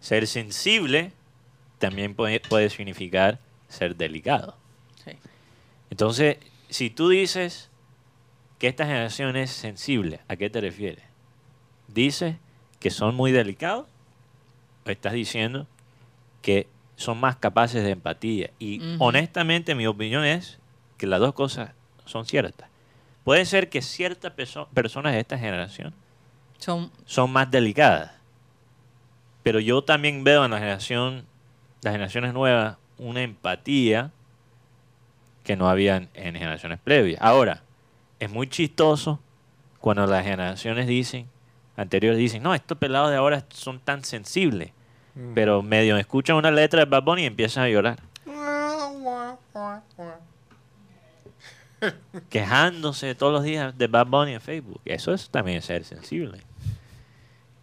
Ser sensible también puede- puede significar ser delicado. Sí. Entonces, si tú dices que esta generación es sensible, ¿a qué te refieres? ¿Dices que son muy delicados? ¿O estás diciendo que son más capaces de empatía? Y Ujú. honestamente mi opinión es que las dos cosas son ciertas. Puede ser que ciertas perso- personas de esta generación Son, son más delicadas. Pero yo también veo en la generación, las generaciones nuevas, una empatía que no había en, en generaciones previas. Ahora, es muy chistoso cuando las generaciones dicen, anteriores dicen, no, estos pelados de ahora son tan sensibles. Pero medio escuchan una letra de Bad Bunny y empiezan a llorar. Quejándose todos los días de Bad Bunny en Facebook. Eso es también ser sensible.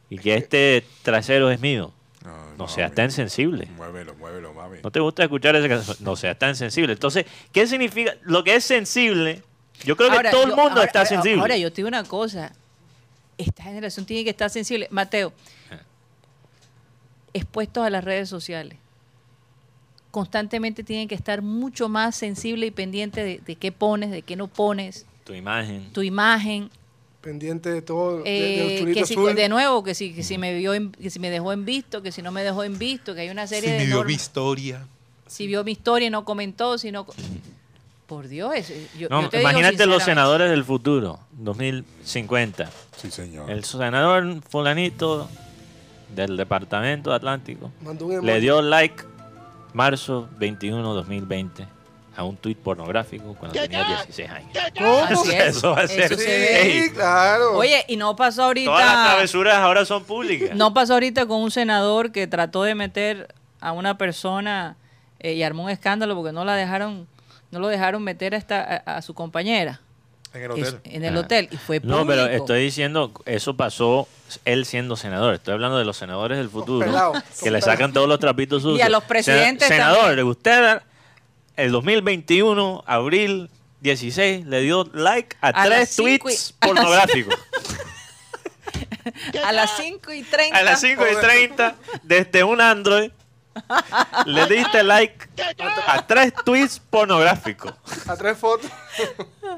Y que este trasero es mío. Ay, No mami. seas tan sensible. Muévelo, muévelo, mami. No te gusta escuchar esa canción. No seas tan sensible. Entonces, ¿qué significa? Lo que es sensible, yo creo Ahora, que todo el yo- mundo ahora- está ahora- sensible. Ahora, yo te digo una cosa. Esta generación tiene que estar sensible. Mateo, expuestos a las redes sociales. Constantemente tienen que estar mucho más sensible y pendiente de, de qué pones, de qué no pones, tu imagen. tu imagen. Pendiente de todo. de- eh, del chulito que si, azul. de nuevo, que si, que si me vio en- que si me dejó en visto, que si no me dejó en visto, que hay una Si serie de me dio normas. mi historia. si vio mi historia y no comentó, si no co- por Dios, es- yo, No, yo te digo imagínate los sinceramente. senadores del futuro, 2050. Sí, señor. El senador fulanito del departamento atlántico Mandó un le emoji. dio like marzo 21, 2020 a un tuit pornográfico cuando tenía 16 años. ¿Cómo? Así es. Eso va a Eso ser. se Sí, ve. Ey, claro. Oye, y no pasó todas las ahorita. travesuras ahora son públicas. No pasó ahorita con un senador que trató de meter a una persona eh, y armó un escándalo porque no la dejaron, no lo dejaron meter a esta- a, a su compañera En el que es- hotel. en el Ah. hotel y fue público. No, pero estoy diciendo, eso pasó él siendo senador. Estoy hablando de los senadores del futuro. pelados, que son le sacan todos los trapitos sucios. Y a los Sena- presidentes Senador, usted el 2021, abril 16, le dio like a, A las tres cinco tweets y- a las- pornográficos. a las 5 y 30 a las 5 y 30, desde un Android, le diste like a tres tweets pornográficos. A tres fotos.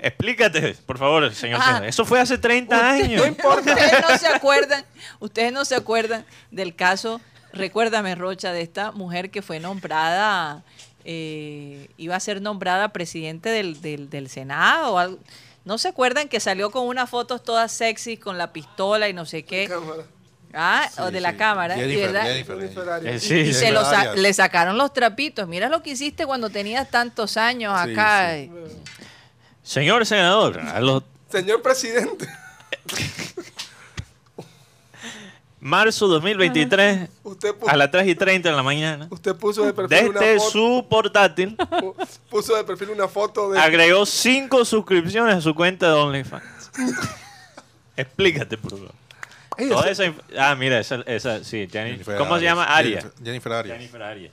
Explícate, por favor, señor. Ah. senador. Eso fue hace 30 años. Ustedes no se acuerdan, ustedes no se acuerdan del caso, recuérdame Rocha, de esta mujer que fue nombrada, eh, iba a ser nombrada presidente del, del, del Senado. o algo. No se acuerdan que salió con unas fotos todas sexy con la pistola y no sé qué, Cámara. ah, o de la cámara, y, Jennifer, ¿verdad? Jennifer, Jennifer Jennifer. Arias. Eh, Y- sí, y sí. se lo sa- Arias. le sacaron los trapitos. Mira lo que hiciste cuando tenías tantos años Sí, acá. sí. Señor senador, a los Señor presidente. marzo 2023 Usted puso, a las 3 y 30 de la este mañana. usted puso de perfil una Desde foto, su portátil pu- puso de perfil una foto de agregó 5 suscripciones a su cuenta de OnlyFans. Explícate, por favor. Ey, Toda ese- esa inf- ah, mira, esa, esa sí, Jenny- Jennifer ¿Cómo se Arias. llama? Aria. Jennifer, Jennifer Arias. Jennifer Arias.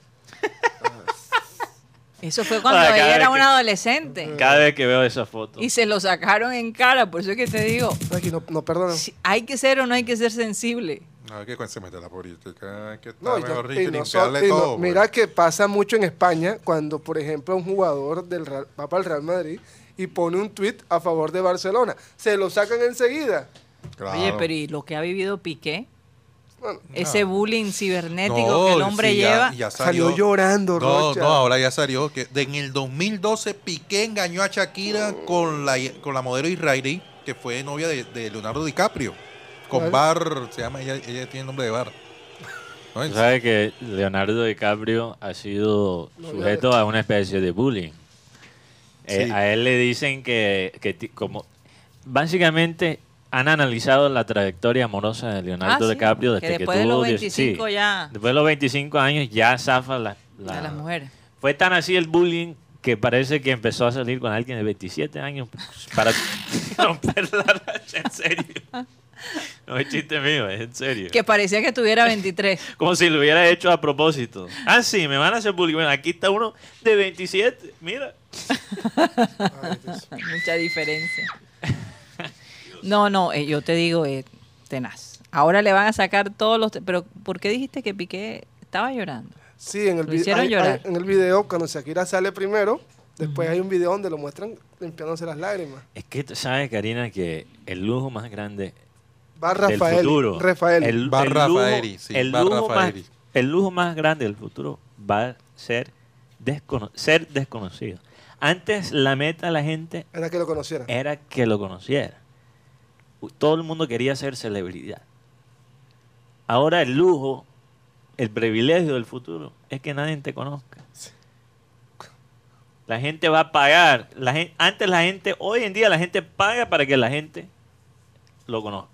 Eso fue cuando Cada ella vez era que- una adolescente. Cada vez que veo esa Eh, foto. Y se lo sacaron en cara, por eso es que te digo, Aquí no, no perdona. si hay que ser o no hay que ser sensible. No, que cuando se mete la política, hay que está No, y mejor no- dicho, y no so- limpiarle y no- todo. pues. mira que pasa mucho en España cuando, por ejemplo, un jugador del Real- va para el Real Madrid y pone un tuit a favor de Barcelona. Se lo sacan enseguida. Claro. Oye, pero ¿y lo que ha vivido Piqué? Bueno, Ese bullying cibernético No, que el hombre sí, ya- lleva. ya Salió llorando, No, Rocha. no, ahora ya salió que de- en el 2012 Piqué engañó a Shakira con la con la modelo israelí que fue novia de, de Leonardo DiCaprio. Con Bar, se llama ella, ella tiene nombre de Bar. Tú No, en- sabes que Leonardo DiCaprio ha sido sujeto a una especie de bullying. Eh, Sí. a él le dicen que, que ti- como básicamente han analizado la trayectoria amorosa de Leonardo Ah, sí, DiCaprio que desde que, después de tuvo los diez- 25 ya- después de los 25 años ya zafa la, la- A las mujeres. Fue tan así el bullying que parece que empezó a salir con alguien de 27 años pues, para romper la racha, en serio. No es chiste mío, es en serio. Que parecía que tuviera 23. Como si lo hubiera hecho a propósito. Ah, sí, me van a hacer bullying. Bueno, aquí está uno de 27. Mira. Mucha diferencia. No, no, eh, yo te digo, eh, tenaz. Ahora le van a sacar todos los... te- Pero, ¿por qué dijiste que Piqué estaba llorando? Sí, en el, Lo vi- hicieron hay- llorar. hay- en el video, cuando Shakira sale primero, después hay un video donde lo muestran limpiándose las lágrimas. Es que tú sabes, Karina, que el lujo más grande Va del Rafael. futuro. Rafael. El, Va el lujo- Rafaeli, sí, el va lujo más, Rafaeli. el lujo más grande del futuro va a ser, descono- ser desconocido. Antes la meta de la gente Era que lo conocieran. era que lo conociera. U- Todo el mundo quería ser celebridad. Ahora el lujo, el privilegio del futuro es que nadie te conozca. La gente va a pagar. La gen- antes la gente, hoy en día la gente paga para que la gente lo conozca.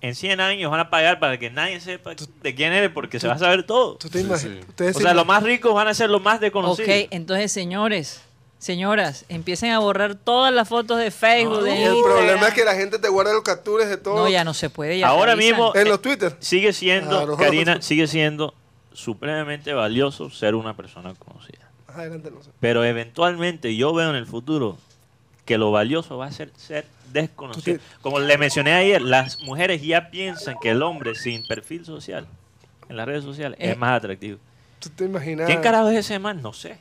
En 100 años van a pagar para que nadie sepa de quién eres porque se va a saber todo. ¿Tú te Sí, imaginas? sí. Ustedes O se sea, los imaginan- más ricos van a ser los más desconocidos. Ok, entonces, señores, señoras, empiecen a borrar todas las fotos de Facebook, de El Instagram. problema es que la gente te guarda los captures de todo. No, ya no se puede. ya Ahora revisan. mismo- En los Twitter. sigue siendo, Claro. Karina, sigue siendo supremamente valioso ser una persona conocida. Más adelante no sé. Pero eventualmente yo veo en el futuro que lo valioso va a ser ser desconocido. Tú Como le mencioné ayer, las mujeres ya piensan que el hombre sin perfil social en las redes sociales Eh. es más atractivo. ¿Tú te imaginas? ¿Quién carajo es ese man? No sé.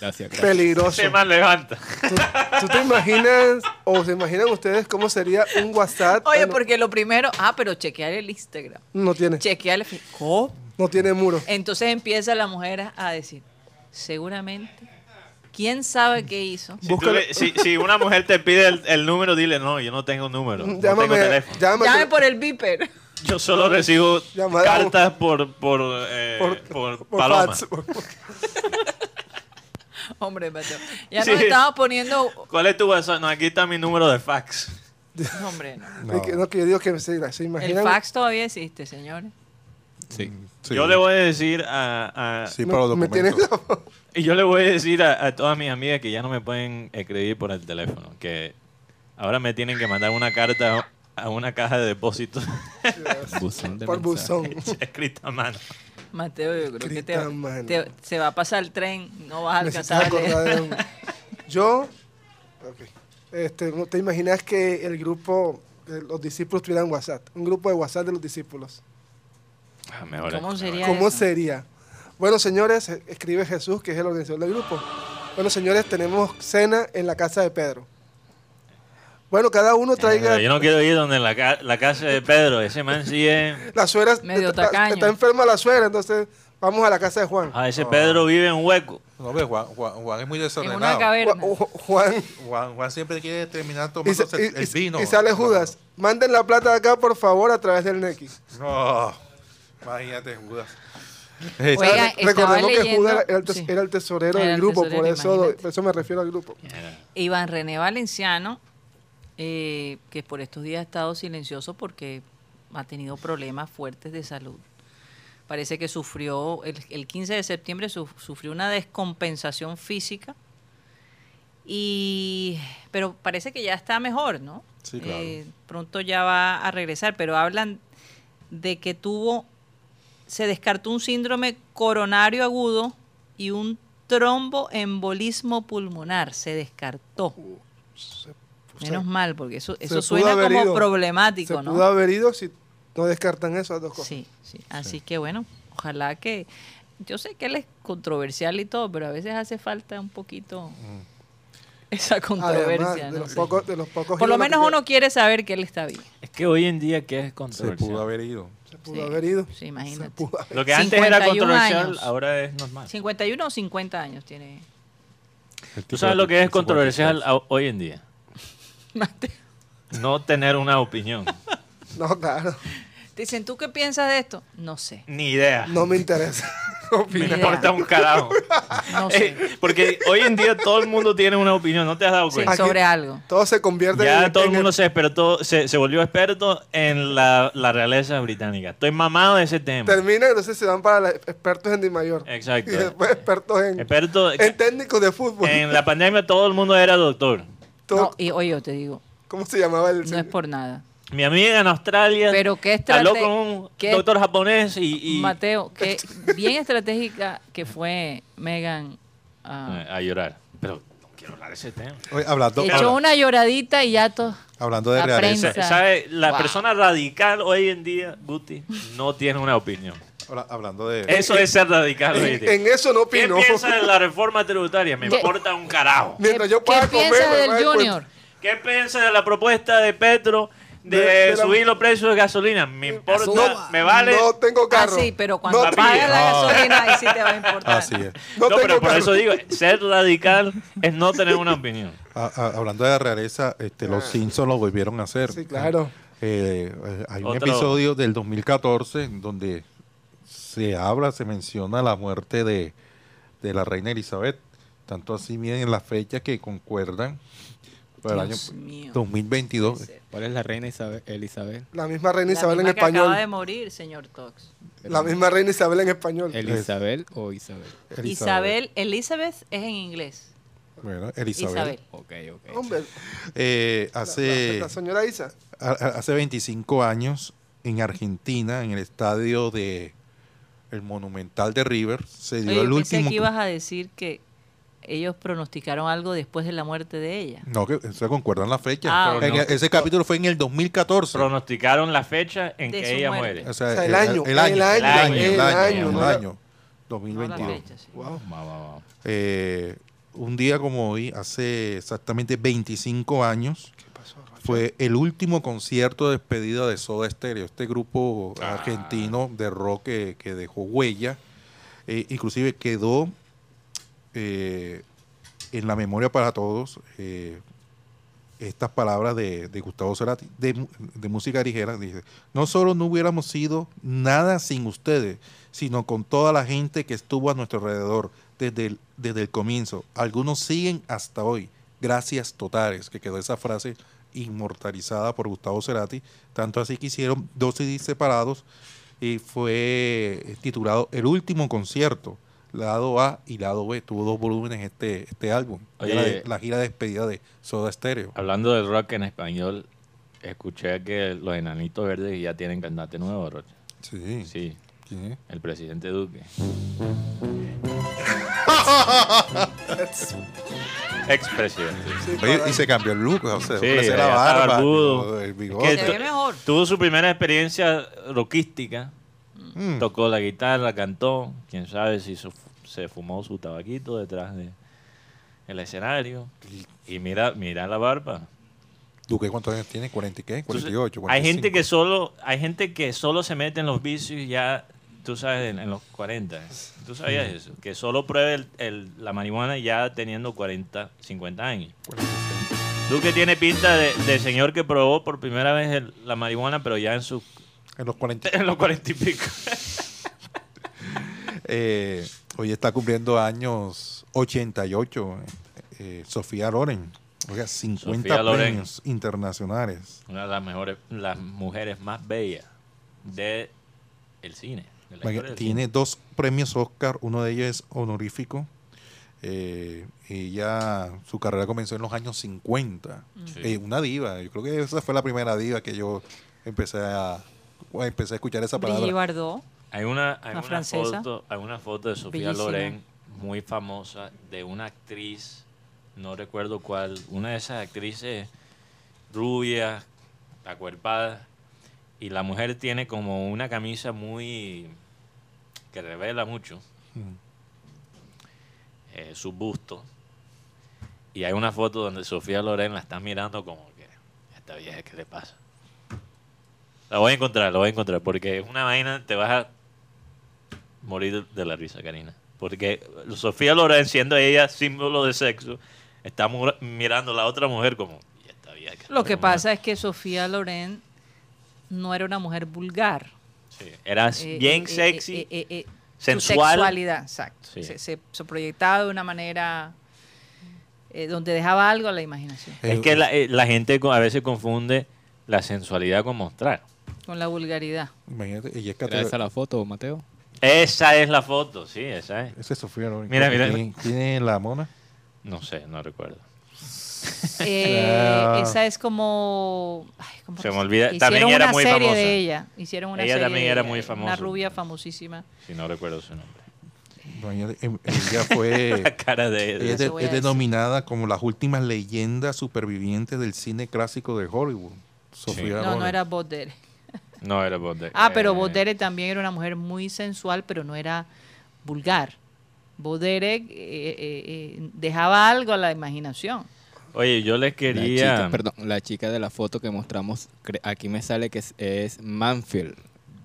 Gracias, gracias. Peligroso. Ese man levanta. ¿Tú, tú te imaginas o se imaginan ustedes cómo sería un WhatsApp? Ah, Oye, no, porque lo primero... Ah, pero chequear el Instagram. No tiene, Chequear el... Facebook. ¿Cómo? no tiene muro. Entonces empieza la mujer a decir, seguramente, ¿quién sabe qué hizo? Si, tú le- si- si una mujer te pide el, el número, dile, no, yo no tengo número. no tengo Llámame, teléfono". llámame. Llame por el viper. Yo solo recibo Llamada- cartas por, por, eh, Por- por por paloma. fax, por- por- Hombre, Mateo, ya Sí. nos estamos poniendo... ¿Cuál es tu WhatsApp? No, aquí está mi número de fax. No, hombre, no. No. que, no, que yo digo que se, se El imaginan. fax todavía existe, señores. Sí. Sí. Yo le voy a decir a, a- Sí, Me- para los me documentos. tienen- y yo le voy a decir a, a todas mis amigas que ya no me pueden escribir por el teléfono, que ahora me tienen que mandar una carta a una caja de depósito Buzón de por mensaje. buzón. escrita a mano. Mateo, yo creo que te, Grita, mano. te- se va a pasar el tren, no vas a Me hiciste alcanzar a leer. acordar de un- Yo, ok. este, ¿no ¿te imaginas que el grupo, eh, los discípulos tuvieran WhatsApp? Un grupo de WhatsApp de los discípulos. Ah, mejor. ¿Cómo sería ¿Cómo eso? sería? Bueno, señores, eh, escribe Jesús, que es el organizador del grupo. Bueno, señores, tenemos cena en la casa de Pedro. Bueno, cada uno traiga... Eh, Yo no quiero ir donde la, ca- la casa de Pedro, ese man sí es... La suegra Medio está, está- tacaño. está enferma la suegra, entonces vamos a la casa de Juan. Ah, ese Pedro vive en hueco. No, ve, Juan, Juan, Juan es muy En una desordenado. caverna. Ju- Ju- Juan... Juan, Juan siempre quiere terminar Y, tomando sa- y- el y- vino. y sale Judas. Manden la plata de acá, por favor, a través del Nequi. No, imagínate Judas. Oiga, Re- estaba Recordemos que leyendo- Judas era el, tes- sí. era el tesorero Era del el grupo, por, tesorero, eso, imagínate. por eso me refiero al grupo. Iván René Valenciano, eh, que por estos días ha estado silencioso porque ha tenido problemas fuertes de salud. Parece que sufrió, el, el 15 de septiembre su- sufrió una descompensación física, y, pero parece que ya está mejor, ¿no? Eh, Sí, claro. pronto ya va a regresar, pero hablan de que tuvo, se descartó un síndrome coronario agudo y un tromboembolismo pulmonar, se descartó. O sea, Menos mal, porque eso, se eso pudo suena haber como ido. problemático, se ¿no? pudo haber ido si no descartan esas dos cosas. Sí, sí. Así que bueno, ojalá que. Yo sé que él es controversial y todo, pero a veces hace falta un poquito esa controversia. Mm. Además, de ¿no? los, Sí. pocos, de los pocos Por lo ídolos que menos tiene, uno quiere saber que él está bien. Es que hoy en día que es Se controversial. pudo haber ido. se pudo Sí, haber ido. sí, imagínate. Se pudo haber- Lo que antes era 51 controversial, años. ahora es normal. 51 o 50 años tiene. ¿Tú sabes lo que es controversial a- hoy en día? Mateo. No tener una opinión. No, claro. Dicen, ¿tú qué piensas de esto? No sé. Ni idea. No me interesa. me idea. importa un carajo. No sé. Eh, porque hoy en día todo el mundo tiene una opinión, ¿no te has dado Sí, pues. cuenta? sobre algo. Todo se convierte Ya en, todo el en mundo se expertó, se, se volvió experto en la, la realeza británica. Estoy mamado de ese tema. Termina, entonces se van para la- expertos en Di Mayor. Exacto. Y después expertos en, Experto en técnicos de fútbol. en la pandemia todo el mundo era doctor. Todo- No, y oye, yo te digo, ¿Cómo se llamaba el no es señor? por nada. Mi amiga en Australia Pero qué habló estrate- con un qué- doctor japonés y, y- Mateo, que bien estratégica que fue Megan. ah, Eh, a llorar. Pero no quiero hablar de ese tema. Oye, hablando, Echó habla- una lloradita y ya todo. hablando de la realeza, prensa. Sa- ¿Sabe? La Wow. persona radical hoy en día, Guti, no tiene una opinión. habla- hablando de Eso es ser radical hoy en En, día. en eso no ¿Qué opino. piensas de la reforma tributaria? Me ¿Qué? importa un carajo. Mientras yo ¿Qué pueda comer, piensas me del voy a dar Junior? cuenta. ¿Qué piensas de la propuesta de Petro de, De- de la- subir los precios de gasolina? Me importa, No, me vale. No tengo carro. Ah, sí, pero cuando no, te- pagas la No. gasolina ahí sí te va a importar. Ah. así es. No, no tengo pero por carro. eso digo, ser radical es no tener una opinión. A- a- hablando de realeza, este, los Simpsons lo volvieron a hacer. Sí, claro. Eh, eh, hay un Otro. episodio del 2014 en donde se habla, se menciona la muerte de, de la reina Elizabeth. Tanto así miren las fechas que concuerdan para el Dios año mío. 2022. ¿Cuál es la reina Isabel? Elizabeth? La misma reina La Isabel en misma que acaba de español. morir, señor Tox. La misma reina Isabel en español. ¿Elisabel o Isabel? Isabel, Elizabeth es en inglés. Bueno, Elizabeth. Isabel. Ok, ok. Hombre, Eh, la- hace, la, la señora Isa. a- a- hace 25 años en Argentina, en el estadio de el Monumental de River, se dio Oye, el yo pensé último. que ibas a decir que ellos pronosticaron algo después de la muerte de ella. No, que se concuerdan las fechas. Ah, En ok. el- ese capítulo fue en el 2014. Pronosticaron la fecha en De que su ella muerte. muere. O sea, O sea, el año, El año. el año, El año. el El año, año. ¿no? el año, No la 2022. fecha, sí. Va, va, va. Eh, un día como hoy, hace exactamente 25 años, fue el último concierto de despedida de Soda Stereo, este grupo Ah. argentino de rock que, que dejó huella. Eh, inclusive quedó eh, en la memoria para todos eh, estas palabras de, de Gustavo Cerati, de, mu- de música ligera. Dice, no solo no hubiéramos sido nada sin ustedes, sino con toda la gente que estuvo a nuestro alrededor desde el, desde el comienzo. Algunos siguen hasta hoy. Gracias totales, que quedó esa frase inmortalizada por Gustavo Cerati, tanto así que hicieron dos CDs separados y fue eh, titulado El último concierto, lado A y lado B. Tuvo dos volúmenes este, este álbum. Oye. la, de- la gira de despedida de Soda Stereo. Hablando del rock en español, escuché que los enanitos verdes ya tienen cantante nuevo, Rocha. Sí. Sí, sí. el presidente Duque. Expresidente. Oye, y se cambió el look, o sea, Sí, creció ya la está barba, barbudo. el Es bigote. Se que- ve mejor. Tuvo su primera experiencia rockística. Mm. Tocó la guitarra, cantó. Quién sabe si su- se fumó su tabaquito detrás del escenario. Y mira, mira la barba. Duque, ¿cuántos años tiene? ¿40 y qué? Entonces, 48, hay gente 45. que solo hay gente que solo se mete en los vicios ya tú sabes en, en los 40 tú sabías Mm. eso que solo pruebe el- el- la marihuana ya teniendo 40 50 años tú que tiene pinta de, de señor que probó por primera vez el- la marihuana pero ya en sus En los 40. en los 40 y pico Eh, hoy está cumpliendo años 88 eh, Sofía Loren. Oiga, 50 Sofía Loren. premios internacionales. una de las mejores las mujeres más bellas de el cine. de la Vaya, historia del Tiene cine. dos premios Oscar, uno de ellos es honorífico. Eh, ella, su carrera comenzó en los años 50. Mm. Sí. Eh, una diva, yo creo que esa fue la primera diva que yo empecé a, a- empecé a escuchar esa Brigitte palabra. Bardot. Hay una, Una hay una francesa. foto, hay una foto de Sofía Bellísima. Loren muy famosa de una actriz, no recuerdo cuál, una de esas actrices rubias, acuerpadas, y la mujer tiene como una camisa muy que revela mucho Mm. eh, su busto. Y hay una foto donde Sofía Loren la está mirando como que esta vieja qué le pasa. La voy a encontrar, la voy a encontrar porque es una vaina te vas a morir de la risa, Karina. Porque Sofía Loren, siendo ella símbolo de sexo, está mu- mirando a la otra mujer como. "Y esta vieja qué le Lo que pasa?". pasa es que Sofía Loren no era una mujer vulgar. Sí, Era Eh, bien eh, eh, sexy, eh, eh, eh, sensual. Su sexualidad, exacto. Sí. Se, se- se proyectaba de una manera eh, donde dejaba algo a la imaginación, Eh, Es que la, eh, la gente co- a veces confunde la sensualidad con mostrar. con la vulgaridad. Imagínate, ella es ¿Era catedra- esa la foto, Mateo? Esa es la foto, sí, esa es. Esa es Sofía Loren. Mira, mira. ¿Tiene, tiene la mona? No sé, no recuerdo. Eh, Ah. esa es como. ay, ¿cómo Se me olvida. Hicieron También una era muy serie famosa. de ella. Hicieron una Ella serie también de era ella, muy Una famosa. rubia famosísima. Si no recuerdo su nombre. Imagínate, em- Ella fue... La cara de Ella ella. es, Eso de- voy a es decir. denominada como las últimas leyendas supervivientes del cine clásico de Hollywood. Sofía No, no Loren. era Baudelaire. No, era Baudelaire. Ah, pero Eh, Baudelaire también era una mujer muy sensual, pero no era vulgar. Baudelaire eh, eh, eh, dejaba algo a la imaginación. Oye, yo les La quería. chica, perdón, la chica de la foto que mostramos, cre- aquí me sale que es, es Manfield.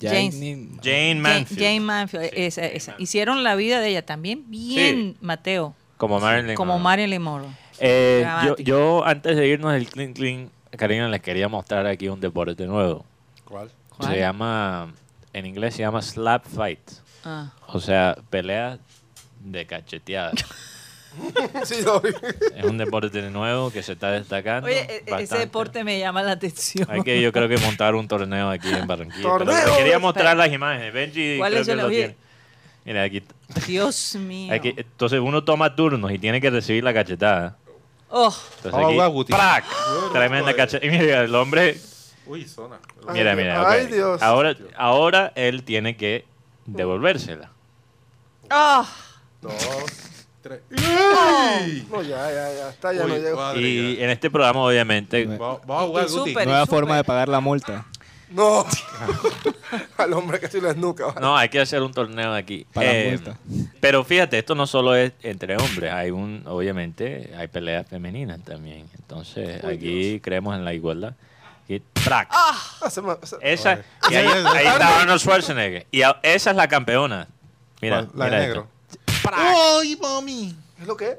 James. Jane- Jane Jane- Mansfield. Jane Mansfield, Sí, esa- Jane esa. Mansfield. Hicieron la vida de ella también bien, Mateo, Como Marilyn. como Monroe. Marilyn Monroe. Eh, yo, Dramático. yo, antes de irnos del Clean Clean, Karina, les quería mostrar aquí un deporte nuevo. ¿Cuál? ¿Cuál? Se llama. En inglés se llama Slap Fight. Ah. O sea, peleas de cacheteadas. Sí, lo vi. es un deporte nuevo que se está destacando. Oye, e- e- ese Ah, bastante. deporte me llama la atención. Hay que, yo creo que montar un torneo aquí en Barranquilla. ¡Torneo! Pero quería mostrar las imágenes. Benji creo ¿Cuáles que son lo las tiene. Mira, aquí. Dios mío. aquí- entonces uno toma turnos y tiene que recibir la cachetada. Oh, Entonces Vamos a aquí, jugar, Guti. ¡prac! Tremenda cachetada. Y mira, el hombre... Uy, zona. Mira, Ay, mira. ay, ok. Dios. Ahora, ahora él tiene que devolvérsela. oh, Dos, tres. No, ya, ya, ya. Está, ya no Uy, llego. madre, Y ya. en este programa, obviamente, Bueno. Vamos vamos a jugar, Y Guti. súper. Nueva súper. forma de pagar la multa. No. Al hombre que se las nuca. vale. No, hay que hacer un torneo aquí. Para Eh, multa. pero fíjate, esto no solo es entre hombres, hay un, obviamente, hay peleas femeninas también. Entonces, aquí creemos en la igualdad. Y ¡prac! Ah, se me- se- Esa, y Ah, ahí, sí. ahí está Arnold Schwarzenegger. Y a- esa es la campeona. Mira, la de mira negro. esto. ¡Uy, mami! ¿Es lo que es?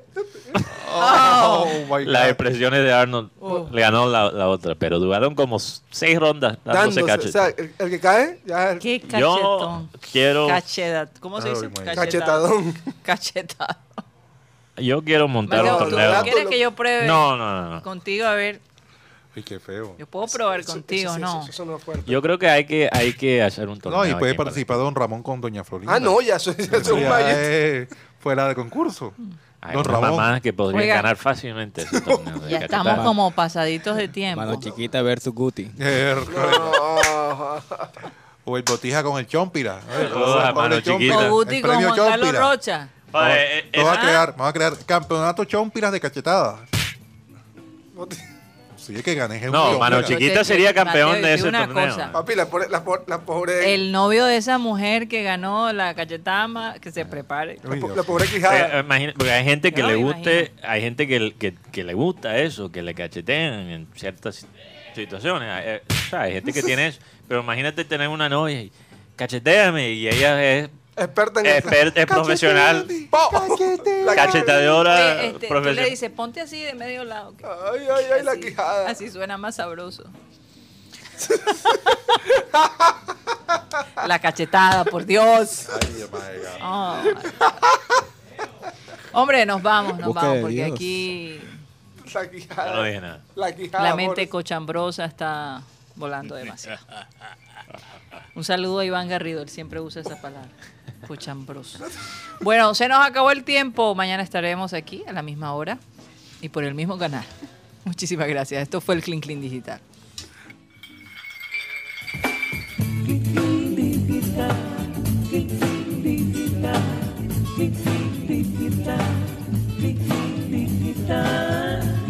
Oh, my Las God. expresiones de Arnold Oh. le ganó la, la otra, pero duraron como seis rondas dándose Dándose, o sea, cachetes. el, el que cae, ya es el qué Yo cachetón. quiero, Cachedad. ¿Cómo se Ay, dice? my God. cachetadón. Cachetado. yo quiero montar un Mateo, torneo. ¿verdad? ¿Quieres que yo pruebe No, no, no, no. contigo? A ver, Uy, qué feo. yo puedo probar Eso- contigo, eso sí, ¿no? Eso, eso no es fuerte. Yo creo que hay que, hay que hacer un torneo. No, y puede aquí para- participar Don Ramón con Doña Florinda. Ah, no, ya, eso, eso es Eso un ya valle. es fuera de concurso. Hay unas Don Ramón. mamás que podrían Oiga. ganar fácilmente ese torneo de Ya cachetada. estamos como pasaditos de tiempo. Mano chiquita versus Guti. Miércoles. No. O el botija con el Chompira. Oh, Pablo mano Chompira. chiquita. O Guti El con premio Juan Carlos Chompira. Rocha. Vamos, Oye, eh, vamos a esa- crear, vamos a crear campeonato Chompiras de cachetada. Sí, es que gané es un No, Chompira. mano chiquita. chiquita sería campeón Mateo, de y ese una torneo. Eh, cosa. Papi, la pobre, la, po- la pobre. El novio de esa mujer que ganó la cachetama, que Ah. se prepare. la, Uy, po- Dios. la pobre Eh, quijada. imagina- porque hay gente que No, le me guste, hay gente que, que, que le gusta eso, que le cachetean en ciertas situaciones. Eh, o sea, hay gente que tiene eso. Pero imagínate tener una novia y cacheteame y ella es Experta en eso. eh, exper- es profesional, Po. La- cacheteadora Oye, este, tú le profesional. dices, ponte así de medio lado. que Ay, ay, ay, la así- quijada. Así suena más sabroso. la cachetada, por Dios. Oh. Hombre, nos vamos, nos Busca vamos, de porque Dios. aquí La Yo no quijada. dije nada. La quijada. la mente pobre. cochambrosa está volando demasiado. Un saludo a Iván Garrido, él siempre usa esa palabra. Cochambroso. Bueno, se nos acabó el tiempo. Mañana estaremos aquí a la misma hora y por el mismo canal. Muchísimas gracias. Esto fue el Clean Clean Digital. digital, digital, digital.